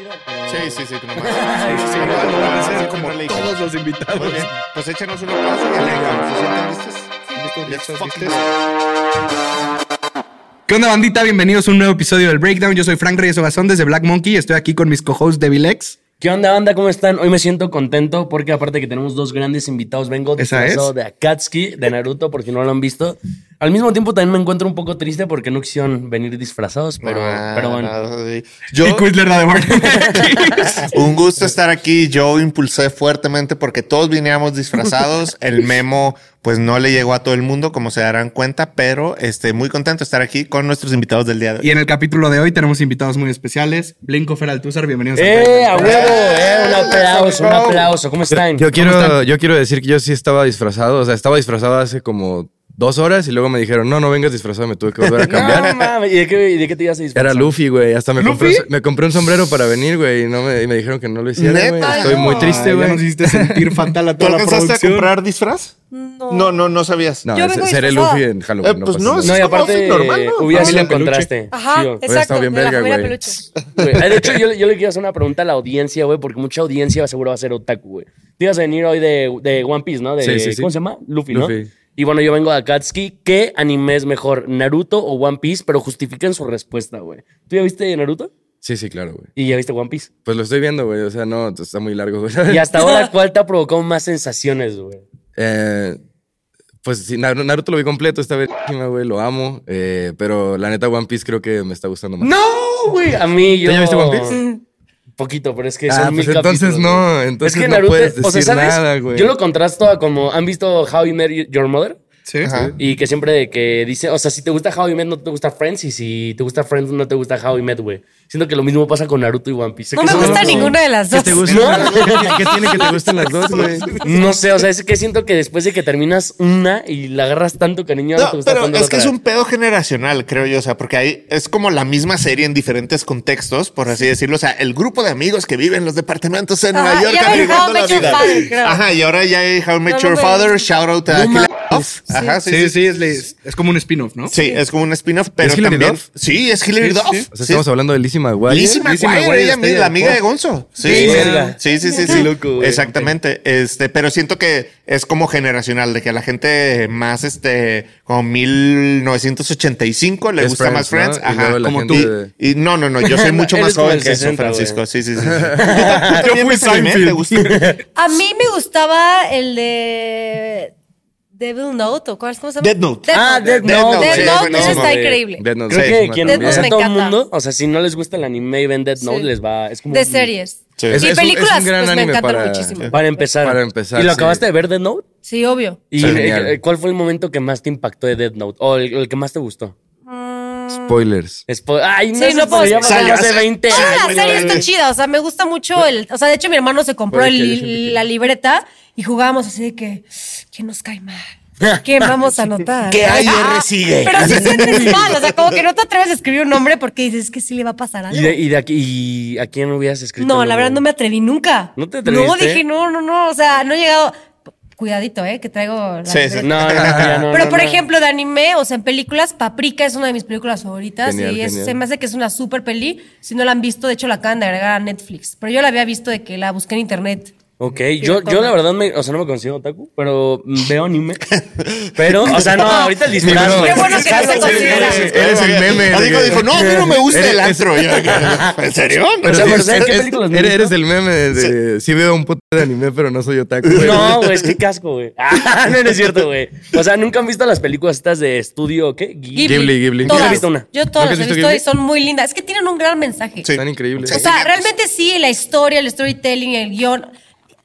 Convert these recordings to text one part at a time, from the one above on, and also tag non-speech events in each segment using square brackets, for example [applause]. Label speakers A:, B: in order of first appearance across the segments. A: Sí, sí, [laughs] sí, tú nomás.
B: Ay,
A: Sí,
B: sí,
A: no,
B: no,
A: no,
B: no,
A: no,
B: va a
A: sí,
B: ser
A: como
B: como
A: religión.
B: todos los invitados.
A: Muy bien, pues échanos una pausa y arrancamos. ¿Se sienten listos?
B: ¿Listos,
A: Let's
B: listos,
A: fucking
B: listos?
A: go.
C: ¿Qué onda, bandita? Bienvenidos a un nuevo episodio del Breakdown. Yo soy Frank Reyes Ogazón desde Black Monkey. y Estoy aquí con mis co-hosts de Vilex.
D: ¿Qué onda, banda? ¿Cómo están? Hoy me siento contento porque aparte que tenemos dos grandes invitados, vengo
C: ¿Esa
D: disfrazado
C: es?
D: de Akatsuki, de Naruto, por si no lo han visto. Al mismo tiempo también me encuentro un poco triste porque no quisieron venir disfrazados, pero,
A: Ah,
D: pero bueno.
A: nada,
C: [laughs]
A: sí.
C: Y
A: Yo,
C: Quizler la de Warner.
A: un gusto estar aquí. Yo impulsé fuertemente porque todos veníamos
C: [laughs]
A: disfrazados. El memo, pues no le llegó a todo el mundo, como se darán cuenta, pero este, muy contento de estar aquí con nuestros invitados del día de hoy.
C: [laughs] y en el capítulo de hoy tenemos invitados muy especiales. Blinko Feraltúzar, bienvenidos. al
D: ¡Eh,
C: Breakdown.
D: a huevo! ¡Eh, un aplauso, un
A: Let's go.
D: aplauso! ¿Cómo están?
E: Yo quiero, yo quiero decir que yo sí estaba disfrazado, o sea, estaba disfrazado hace como dos horas y luego me dijeron, no, no vengas disfrazado, me tuve que volver
D: [laughs]
E: a
D: No,
E: cambiar.
D: mames. ¿Y de qué, y de qué te ibas a disfrazar?
E: Era Luffy, güey. Hasta me compré,
C: ¿Luffy?
E: me compré un sombrero para venir, güey. Y, no me, y me dijeron que no lo hiciera,
A: ¿Neta?
E: güey. Estoy
A: No.
E: muy triste,
C: Ay, ya
E: güey.
C: nos hiciste sentir fatal [laughs] a
A: ¿Tú
C: toda la
A: alcanzaste a
C: producción.
A: comprar disfraz?
F: No.
A: No, no, no sabías.
E: No,
F: Yo
E: se-
F: vengo
E: seré
F: disfrazada.
E: Luffy en Halloween.
A: Eh, pues
E: pasa
A: no,
E: nada.
A: es-
D: No, y
A: como
D: aparte
A: outfit normal, ¿no?
D: hubiera sido el
C: Familia peluche.
D: contraste. Sí,
F: Ajá,
D: o-
E: Hubiera estado
F: exacto.
E: bien
F: de la
E: verga,
F: familia
E: güey.
F: peluche.
D: Güey, De hecho, yo, le- yo le quiero hacer una pregunta a la audiencia, güey, porque mucha audiencia seguro va a ser otaku, güey. Te ibas a venir hoy de, de One Piece, ¿no? De,
E: Sí, sí, sí.
D: ¿Cómo se llama? Luffy, ¿no?
E: Luffy.
D: Y bueno, yo vengo de Akatsuki. ¿Qué anime es mejor, Naruto o One Piece? Pero justifiquen su respuesta, güey. ¿Tú ya viste Naruto?
E: Sí, sí, claro, güey.
D: Y ya viste One Piece.
E: Pues lo estoy viendo, güey. O sea, no, está muy largo, [laughs] güey.
D: Y hasta ahora, ¿cuál te ha provocado más sensaciones, güey?
E: Eh, pues sí, Nar- Naruto lo vi completo esta vez, güey. Lo amo. Eh, pero la neta, One Piece creo que me está gustando más.
D: ¡No, güey! A mí yo...
E: ya viste One Piece?
D: Poquito, pero es que
E: Ah,
D: son mil
E: pues entonces
D: capítulos,
E: no,
D: güey.
E: entonces
D: es que
E: no
D: Naruto,
E: puedes
D: o sea,
E: decir
D: ¿sabes?
E: nada, güey.
D: Yo lo contrasto a como... ¿Han visto How You Met Your Mother?
C: Sí.
A: Ajá.
D: Y que siempre de que dice, o sea, si te gusta How I Met, no te gusta Friends. Y si te gusta Friends, no te gusta How I Met, güey. Siento que lo mismo pasa con Naruto y One Piece.
F: No
D: Que
F: me
D: son
F: gusta
D: como-
F: ninguna de las
E: ¿Qué
F: dos.
E: te gustan?
D: ¿No?
E: ¿Qué tiene que te gusten las dos, güey?
D: No sé, o sea, es que siento que después de que terminas una y la agarras tanto cariño, no,
A: No,
D: te gusta
A: pero
D: tanto la
A: es que es
D: otra.
A: un pedo generacional, creo yo. O sea, porque ahí es como la misma serie en diferentes contextos, por así decirlo. O sea, el grupo de amigos que viven en los departamentos en
F: Ajá,
A: Nueva York
F: y ahora hay
A: arriesgando
F: How I Met Your Father, creo.
A: Ajá, y ahora ya hay How I Met
F: No, no
A: Your
F: me-
A: Father, shout out a Kill Off. Ajá, sí, sí.
C: Sí,
A: sí.
C: sí, es, le- es como un spin-off, ¿no?
A: es como un spin-off, pero
E: ¿Es Hilary
A: también.
E: Duff?
A: Sí, es Hilary
C: Sí,
A: Duff.
C: sí.
E: O sea, estamos
A: sí.
E: hablando de Lizzie McGuire.
A: Lizzie
C: Lizzie
A: McGuire,
C: McGuire,
A: ella
C: estrella
A: misma, la
C: del
A: amiga
C: pop.
A: de Gonzo. Sí,
D: Sí,
A: sí,
D: verga.
A: sí, sí, sí,
D: Qué
A: sí.
D: loco, güey.
A: Exactamente. Este, pero siento que es como generacional, de que a la gente más, este, como 1985 le
E: Es
A: gusta
E: Friends,
A: más Friends.
E: ¿no? Y
A: Ajá,
E: luego la
A: como tú.
E: gente
A: Y, y no, no, no, yo soy mucho más
D: Eres como
A: joven
D: el
A: que eso,
D: 60,
A: Francisco.
D: güey.
A: Sí, sí, sí. sí. Yo fui Seinfeld. ¿Te gustó?
F: A mí me gustaba el de Devil Note o cuál es cómo se llama?
A: Death Note.
D: Ah, Dead
A: Death
D: Note.
A: Note,
F: Death
A: sí, es
D: güey.
F: Note, ese
A: buenísimo.
F: está increíble.
E: Dead Note
D: Creo
E: seis,
D: que
E: bueno,
D: quien
F: Death
E: bien.
F: Note
D: no
F: me
D: todo el
F: encanta.
D: mundo, o sea, si no les gusta el anime y ven Dead Note,
F: Sí.
D: les va... Es como
F: De
D: un-
F: series.
A: Sí.
F: Y
A: Es-
E: es un-
F: películas
E: es un gran
F: pues, me
E: anime
F: encantan
E: para-
F: muchísimo.
D: Para empezar.
E: Para empezar,
D: ¿Y lo
E: sí.
D: acabaste de ver Dead Note?
F: Sí, obvio.
D: ¿Y
E: Sí,
D: eh,
E: genial.
D: cuál fue el momento que más te impactó de Dead Note? ¿O el, el que más te gustó?
E: Spoilers.
D: Spo- Ay, no,
F: Sí,
D: eso
F: no puedo-
D: podría pasar
A: Salió
D: hace
A: hace-
D: 20
F: Toda
D: años.
F: la serie está chida, o sea, me gusta mucho el, o sea, de hecho mi hermano se compró
E: Puede que
F: el-
E: dejen que-
F: la libreta y jugábamos así de que, ¿quién nos cae mal? ¿Quién vamos a anotar? Ah,
A: ¿Qué ayer sigue?
F: Pero sí sientes mal, o sea, como que no te atreves a escribir un nombre porque dices "Es que sí le va a pasar algo.
D: ¿Y, de- y, de aquí, ¿Y a quién hubieras escrito?
F: No,
D: el
F: la verdad no
D: nombre?
F: me atreví nunca.
D: ¿No te atreviste?
F: No, dije, no, no, no, o sea, no he llegado. Cuidadito, eh, que traigo la
A: Sí, sí.
D: [laughs]
F: libreta.
D: No, no, no, ya Ah, no,
F: Pero,
D: no,
F: por
D: no.
F: ejemplo, de anime, o sea, en películas, Paprika es una de mis películas favoritas
E: Genial,
F: y es-
E: genial.
F: se me hace que es una super peli. Si no la han visto, de hecho, la acaban de agregar a Netflix. Pero yo la había visto de que la busqué en internet.
D: Ok, yo, yo la verdad, me, o sea, no me considero otaku, pero veo anime. Pero, o sea, no, ahorita el disfraz.
E: Ni
D: güey.
E: yo.
D: [laughs]
F: Qué bueno que no se considera.
E: Eres el meme.
A: Así como dijo, no, a mí no me gusta el antro. Yo, ¿En serio?
D: Pero,
E: Pero sí,
D: pero, ¿sabes
E: eres-
D: qué
E: eres-
D: películas me
E: eres,
D: gustan?
E: eres el meme de sí veo un puto de anime, pero no soy otaku. güey.
D: No, güey, es que casco, güey. Ah, [laughs] no, no es cierto, güey. O sea, nunca han visto las películas estas de estudio, ¿qué? Ghibli.
E: Ghibli, Ghibli.
F: Todas.
D: Yo he visto una.
F: Yo todas
E: ¿Nunca has
F: las he
E: visto
F: visto y
E: Ghibli?
F: son muy lindas. Es que tienen un gran mensaje.
A: Sí.
E: Están increíbles.
F: O sea, realmente sí, la historia, el storytelling, el guión,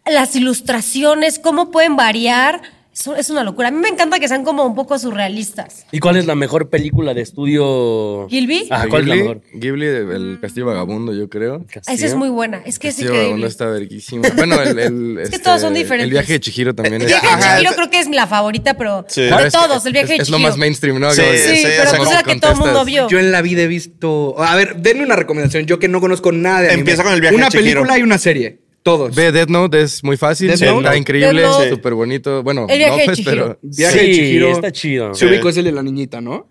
F: las ilustraciones, cómo pueden variar. Eso es una locura. A mí me encanta que sean como un poco surrealistas.
D: ¿Y cuál es la mejor película de estudio?
F: ¿Ghibli?
D: Ah, ¿cuál es la
E: Ghibli,
D: mejor?
E: Ghibli, el castillo vagabundo, yo creo.
F: Esa es muy buena. Es que Mm. es
E: Castillo Vagabundo
F: increíble.
E: Pues, está verguísima. Bueno, el, el,
F: [laughs]
E: este,
F: Es que todas son diferentes.
E: El viaje de Chihiro también
A: Eh,
F: El
E: es.
F: viaje de
A: Ajá,
F: Chihiro
A: es-
F: creo que es la favorita, pero
A: Sí.
F: de
E: Pero es-
F: todos, el viaje
E: es,
F: de
E: es lo
F: Chihiro.
E: más mainstream, ¿no?
A: Sí,
E: Como de-
F: Sí,
A: sí, o
F: pero
A: sea,
F: pues
A: como
F: es la que todo el mundo
E: contestas.
F: vio.
C: Yo en la vida he visto. A ver, denme una recomendación. Yo que no conozco nada de anime.
A: Empieza con el viaje
C: Una
A: a Chihiro.
C: película y una serie. Todos.
E: Ve, Death Note es muy fácil,
C: Death
E: sí,
C: Note.
E: está
C: Death
E: increíble,
F: Note.
E: súper bonito. Bueno,
F: El viaje
E: no,
F: de
E: pues,
F: Chihiro.
E: pero
C: Viaje
D: sí,
C: de Chihiro.
D: está chido.
C: Se ubicó es el de la niñita, ¿no?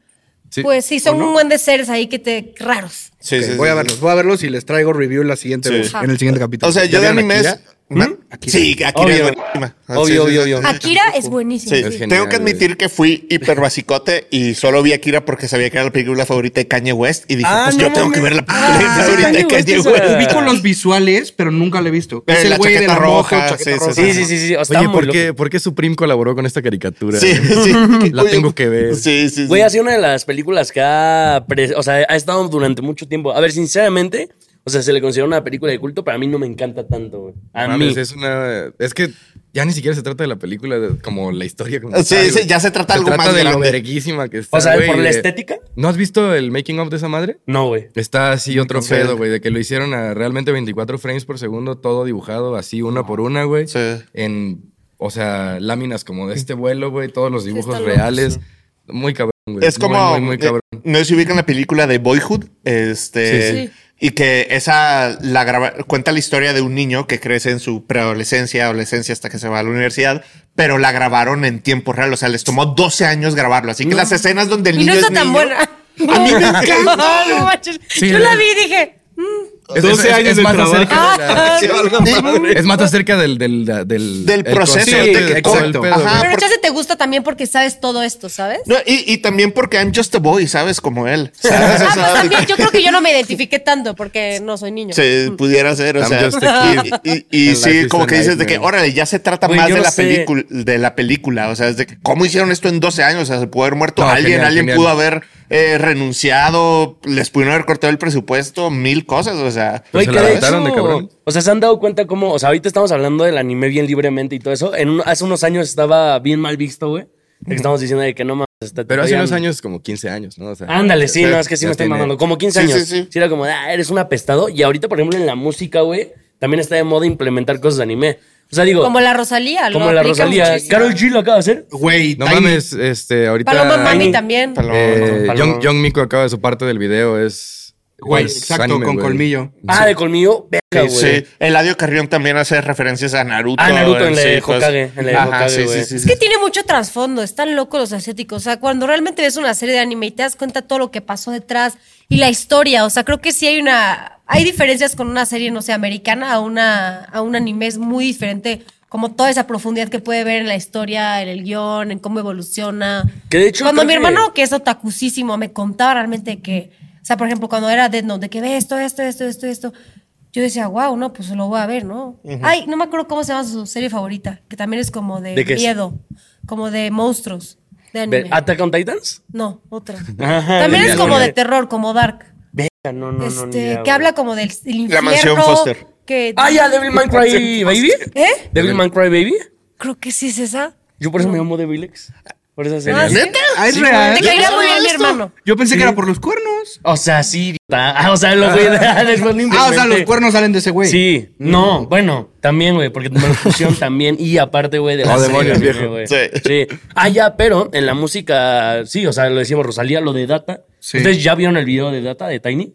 E: Sí.
F: Pues sí, son
C: ¿O no?
F: un buen de seres ahí que te raros.
A: Sí,
C: Ok,
A: sí, sí,
C: voy a
A: sí.
C: verlos, voy a verlos y les traigo review la siguiente
A: Sí.
C: vez, en el siguiente capítulo.
A: O sea,
C: ¿Ya
A: yo de
C: vieron
A: animes.
C: Akira?
A: ma-
C: ¿Mm? Akira.
A: Sí, Akira es
D: Obvio.
A: buenísima. Ah,
D: Obvio,
A: sí, sí,
D: obvio,
A: sí.
D: obvio.
F: Akira es buenísimo.
A: Sí,
F: sí.
E: genial,
A: tengo que
E: güey.
A: admitir que fui hiper basicote y solo vi Akira porque sabía que era la película favorita de Kanye West y dije,
D: Ah,
A: pues
D: no
A: yo tengo
D: mames.
A: que ver la película
D: Ah, sí,
A: favorita de
D: Kanye West
A: Kanye
D: es
A: West.
D: una-
C: Pues, Ubico los visuales, pero nunca lo he visto.
A: Eh,
C: es el
A: la
C: güey de
A: chaqueta
C: la
A: roja,
C: moja,
A: sí, sí,
C: chaqueta roja.
A: sí.
D: Sí, sí, sí, sí. O está
E: Oye,
D: muy
E: ¿por
D: loco.
E: qué, ¿por qué Supreme colaboró con esta caricatura?
A: Sí, [laughs] sí.
E: La
A: Oye,
E: tengo que ver.
A: Sí, sí, sí.
D: Güey, ha sido una de las películas que ha, pre- o sea, ha estado durante mucho tiempo. A ver, sinceramente, o sea, se le considera una película de culto, pero a mí no me encanta tanto, güey. A
E: Mames,
D: mí.
E: es una. Es que ya ni siquiera se trata de la película, de- como la historia. Como
A: Sí, sí,
E: güey.
A: ya se trata algo más
E: de lo
A: grande.
E: verguísima que está.
D: O sea,
E: güey, eh.
D: por
E: de-
D: la estética,
E: ¿No has visto el making of de esa madre?
D: no, güey.
E: Está así otro
A: cansé.
E: pedo, güey, de que lo hicieron a realmente 24 frames por segundo, todo dibujado así una por una, güey.
A: Sí.
E: En, o sea, láminas como de este vuelo, güey, todos los dibujos
F: está
E: reales. Muy cabrón, güey.
A: Es como.
E: pues, Muy, muy, muy cabrón.
A: eh, no sé si ubican la película de Boyhood. Este.
F: Sí, sí.
A: Y que esa la graba, cuenta la historia de un niño que crece en su preadolescencia, adolescencia hasta que se va a la universidad, pero la grabaron en tiempo real. O sea, les tomó 12 años grabarlo. Así que las escenas donde el
F: Y
A: niño. es
F: no está tan
A: niño-
F: buena.
A: A mí me encanta.
F: [laughs] No, no manches.
E: Sí,
F: Yo
E: la-
F: la vi y dije, mm,
E: Es-
C: 12
E: es- es-
C: años
E: es
C: de
E: más
C: trabajo.
E: acerca de la-
F: Ah,
A: Sí, valga madre.
E: Es más acerca del, del, del, del,
A: Del
E: el
A: proceso
E: concepto,
A: de que-
E: de todo el
C: exacto.
E: pedo,
A: Ajá.
E: güey.
F: pero
A: porque-
F: chance te gusta también porque sabes todo esto, ¿sabes?
A: Ah, No, y, y también porque I'm just a boy, ¿sabes? Como
E: [laughs]
A: él.
F: Ah,
A: ¿Sabes? O
F: pues
A: sea,
F: también, yo creo que yo no me identifiqué tanto porque no
D: [laughs]
F: soy niño.
A: se pudiera ser, o
E: I'm
A: sea,
E: just a kid.
A: y, y- y
E: And life
A: sí,
E: is
A: como
E: a
A: que dices de que,
E: nightmare.
A: órale, ya se trata
D: Güey,
A: más
D: yo
A: de
D: no
A: la,
D: sé.
A: película, de la película, o sea, es de que, ¿cómo hicieron esto en 12 años? O sea, se pudo haber muerto
E: No,
A: alguien,
E: genial,
A: alguien
E: genial.
A: pudo haber eh, renunciado, les pudieron haber cortado el presupuesto, mil cosas, o sea,
D: Güey,
E: Pero Pues se
D: que
E: la
D: de
E: aventaron de
D: hecho,
E: cabrón.
D: O sea, se han dado cuenta cómo, o sea, ahorita estamos hablando del anime bien libremente y todo eso. En un- hace unos años estaba bien mal visto, güey. De que Estamos diciendo de que no mames. está-
E: Pero hace
D: todavía-
E: unos años, como 15 años, ¿no? O sea,
D: Ándale, sí,
E: ya-
D: no, es que sí
E: ya
D: me estoy
E: tiene-
D: mamando. Como 15
A: Sí,
D: años.
A: sí,
D: Sí,
A: sí.
D: era como, ah, eres un apestado. Y ahorita, por ejemplo, en la música, güey, también está de moda implementar cosas de anime. O sea, digo,
F: Como la Rosalía. lo
D: como la
F: aplica
D: Rosalía.
F: muchísimo.
D: Carol G lo acaba de hacer.
C: Güey,
E: No
C: Tiny-
E: mames, este, ahorita.
F: Paloma Mami
E: Tiny-
F: también.
A: Paloma.
E: Eh,
D: Paloma.
E: Young, Young Miko acaba de su parte del video, es.
C: pues, Güey,
E: es
C: exacto,
E: anime,
C: con
E: güey.
C: colmillo.
D: Ah, de colmillo, verga, güey.
A: sí. Eladio Carrión también hace referencias a Naruto.
D: Ah, Naruto, en la
A: sí,
D: de
A: cosas-
D: Hokage, en la de
A: Ajá,
D: Hokage,
A: sí, sí,
D: güey.
A: sí,
F: Es
A: sí.
F: que tiene mucho trasfondo, están locos los asiáticos. O sea, cuando realmente ves una serie de anime y te das cuenta todo lo que pasó detrás y la historia, o sea, creo que sí hay una. Hay diferencias con una serie, no sé, americana a, una, a un anime, es muy diferente. Como toda esa profundidad que puede ver en la historia, en el guión, en cómo evoluciona.
D: Que de hecho,
F: Cuando
D: creo
F: mi
D: que-
F: hermano, que es otakucísimo, me contaba realmente que. O sea, por ejemplo, cuando era Dead Note, de que ve esto, esto, esto, esto, esto. Yo decía, wow, no, pues lo voy a ver, ¿no? Ay, no me acuerdo cómo se llama su serie favorita, que también es como de,
D: ¿De qué es?
F: miedo, como de monstruos, de anime.
D: Ve- ¿Attack on Titans?
F: no,
D: [laughs]
F: otra.
D: Ajá,
F: también
D: de-
F: es como
D: de-
F: de terror, como Dark.
D: No, no, no,
F: este,
D: ni idea,
F: que
D: güey.
F: habla como del del infierno.
A: mansión Foster.
F: Que,
D: Ah, ya, Devil Man Cry Baby.
F: ¿Eh?
D: Devil Man Cry Baby.
F: Creo que sí es esa.
D: Yo por eso me llamo Devilex. Por eso
F: Ah,
D: sería.
F: ¿sí?
A: ¿Neta?
C: Ah, es
F: Te
C: real.
F: caería muy bien mi hermano.
C: Yo pensé que era por los cuernos.
D: O sea, sí, idiota. Ah, O sea, lo güey. después lo
C: Ah, o sea, los
D: inventé.
C: cuernos salen de ese güey. Mm.
D: Sí, no, bueno, también, güey, porque me lo pusieron también. Y aparte, güey, de la
E: Oh,
D: serie,
E: demonios,
D: güey,
E: viejo.
D: güey.
A: Sí.
D: Sí. Ah, ya, pero en la música, sí, o sea, lo decíamos Rosalía, lo de Data.
C: Sí.
D: ¿Ustedes ya vieron el video de Data de Tiny?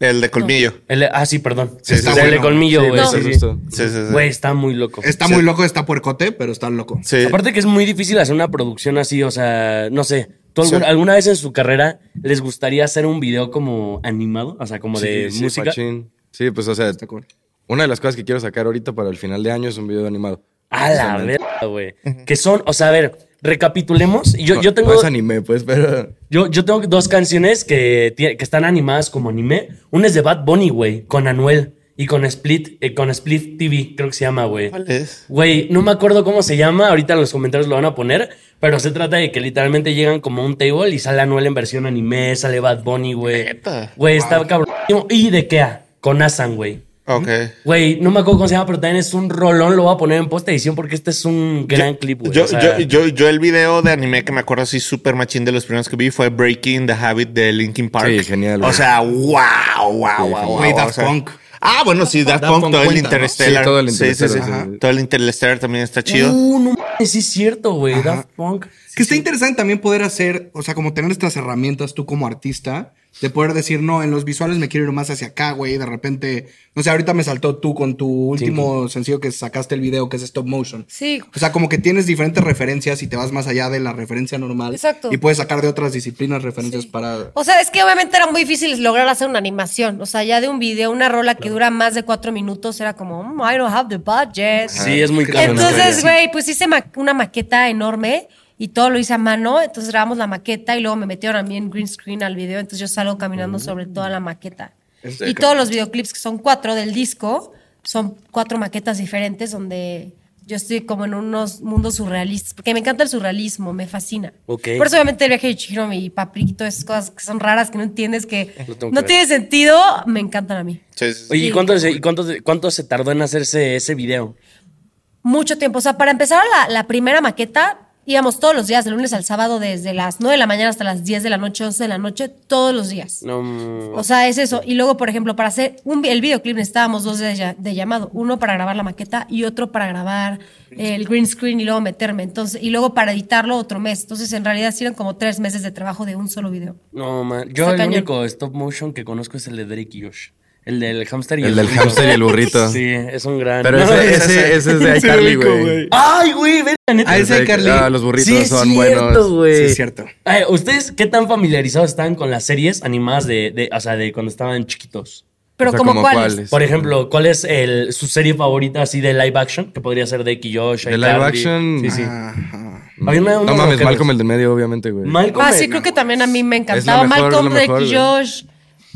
A: El de Colmillo.
D: El- ah, sí, perdón.
A: Sí, está
D: el de
A: bueno.
D: Colmillo,
E: Sí,
D: güey.
E: güey,
D: sí,
E: sí,
D: sí.
E: justo.
A: Sí, sí, sí.
D: Güey, está muy loco.
E: Este,
C: Está muy loco, está puercote, pero está loco.
A: Sí.
D: Aparte que es muy difícil hacer una producción así, o sea, no sé. ¿Tú
A: Sí.
D: algún- alguna vez en su carrera les gustaría hacer un video como animado? O sea, como de
E: Sí, sí,
D: música.
E: machín. Sí, pues, o sea,
C: cool.
E: una de las cosas que quiero sacar ahorita para el final de año es un video animado.
D: A la verga, güey. Que son, o sea, a ver, recapitulemos. Yo,
E: No-
D: yo tengo.
E: No es anime, pues, pero.
D: Yo, yo tengo dos canciones que, tie- que están animadas como anime. Una es de Bad Bunny, güey, con Anuel y con Split, eh, con Split TV, creo que se llama, güey.
A: ¿Cuál es?
D: Güey, no me acuerdo cómo se llama, ahorita en los comentarios lo van a poner, pero se trata de que literalmente llegan como a un table y sale Anuel en versión anime, sale Bad Bunny, güey.
A: Neta.
D: Güey, está cabrón. Y de Kea, con Asan, güey.
A: Ok.
D: ¿Mm? Güey, no me acuerdo cómo se llama, pero también es un rolón, lo voy a poner en post edición porque este es un gran
A: Yo-
D: clip, güey.
A: Yo,
D: o sea,
A: yo, yo, yo el video de anime que me acuerdo así súper machín de los primeros que vi fue Breaking the Habit de Linkin Park.
E: Sí, genial,
A: O
E: güey.
A: sea, wow, wow, wow.
C: Güey,
A: wow,
C: Daft
A: o sea.
C: Punk.
A: Ah, bueno, sí, Daft,
E: Daft
A: Punk,
E: Punk
A: todo el
E: cuenta, ¿no?
A: Interstellar.
E: Sí, todo el
A: Sí, sí, sí.
E: Interstellar,
A: Ajá.
E: sí.
A: Todo el Interstellar también está chido.
D: Uh, no mames, sí es cierto, güey. Daft Punk.
C: Que está interesante también poder hacer, o sea, como tener estas herramientas tú como artista, de poder decir, no, en los visuales me quiero ir más hacia acá, güey. De repente, no sé, ahorita me saltó tú con tu último sencillo que sacaste el video, que es Stop Motion.
F: Sí.
C: O sea, como que tienes diferentes referencias y te vas más allá de la referencia normal.
F: Exacto.
C: Y puedes sacar de otras disciplinas referencias para.
F: O sea, es que obviamente era muy difícil lograr hacer una animación. O sea, ya de un video, una rola que dura más de cuatro minutos, era como, "Mm, I don't have the budget.
D: Sí, es muy caro. ¿no?
F: Entonces, güey, pues hice ma- una maqueta enorme y todo lo hice a mano. Entonces grabamos la maqueta y luego me metieron a mí en green screen al video. Entonces yo salgo
D: Mm.
F: caminando sobre toda la maqueta. Y todos los videoclips, que son cuatro del disco, son cuatro maquetas diferentes donde yo estoy como en unos mundos surrealistas. Porque me encanta el surrealismo, me fascina.
D: Ok.
F: Por eso, obviamente, el viaje de Chihiro y Paprito, esas cosas que son raras, que no entiendes, que
D: Lo tengo que
F: no
D: ver.
F: tiene sentido, me encantan a mí.
A: Sí, sí, sí.
D: Oye, ¿y cuánto, se- y cuánto, cuánto se tardó en hacerse ese video?
F: Mucho tiempo. O sea, para empezar la, la primera maqueta, íbamos todos los días, de lunes al sábado, desde las 9 de la mañana hasta las 10 de la noche, 11 de la noche, todos los días.
D: No, mm,
F: O sea, es eso. Y luego, por ejemplo, para hacer un, vi- el videoclip necesitábamos dos de, lla- de llamado. Uno para grabar la maqueta y otro para grabar el green screen y luego meterme. Entonces, y luego para editarlo otro mes. Entonces, en realidad, sí eran como tres meses de trabajo de un solo video.
D: no man. Yo
F: Está
D: el
F: cañón.
D: único stop motion que conozco es el de Drake y Josh. El del hamster y
E: El del
D: burrito.
E: hamster y el burrito.
D: Sí, es un gran.
E: Pero ese, ese,
D: [laughs]
E: ese es de iCarly, güey.
D: ¡Ay, güey! ven, la neta.
C: Ah, ese iCarly.
E: Ah, los burritos
D: Sí, es
E: son
D: cierto,
E: buenos.
D: güey.
C: Sí, es cierto.
D: Ay, ¿Ustedes qué tan familiarizados están con las series animadas de, de- o sea, de cuando estaban chiquitos?
E: O
F: Pero
E: sea,
F: como,
E: ¿como
F: cuáles.
E: cuáles?
D: Por ejemplo, ¿cuál es el, su serie favorita así de live action? Que podría ser Drake y Josh.
E: De
D: iCarly.
E: live action. ah,
D: Sí, sí.
C: Ajá.
D: Había una- una
E: No mames,
D: que-
E: Malcolm el del medio, obviamente, güey.
D: Malcolm
F: Ah,
D: el-
F: sí, creo que también a mí me
E: la mejor,
F: encantaba.
E: es la
F: Malcolm, Drake
E: mejor,
F: y
E: güey.
F: Josh.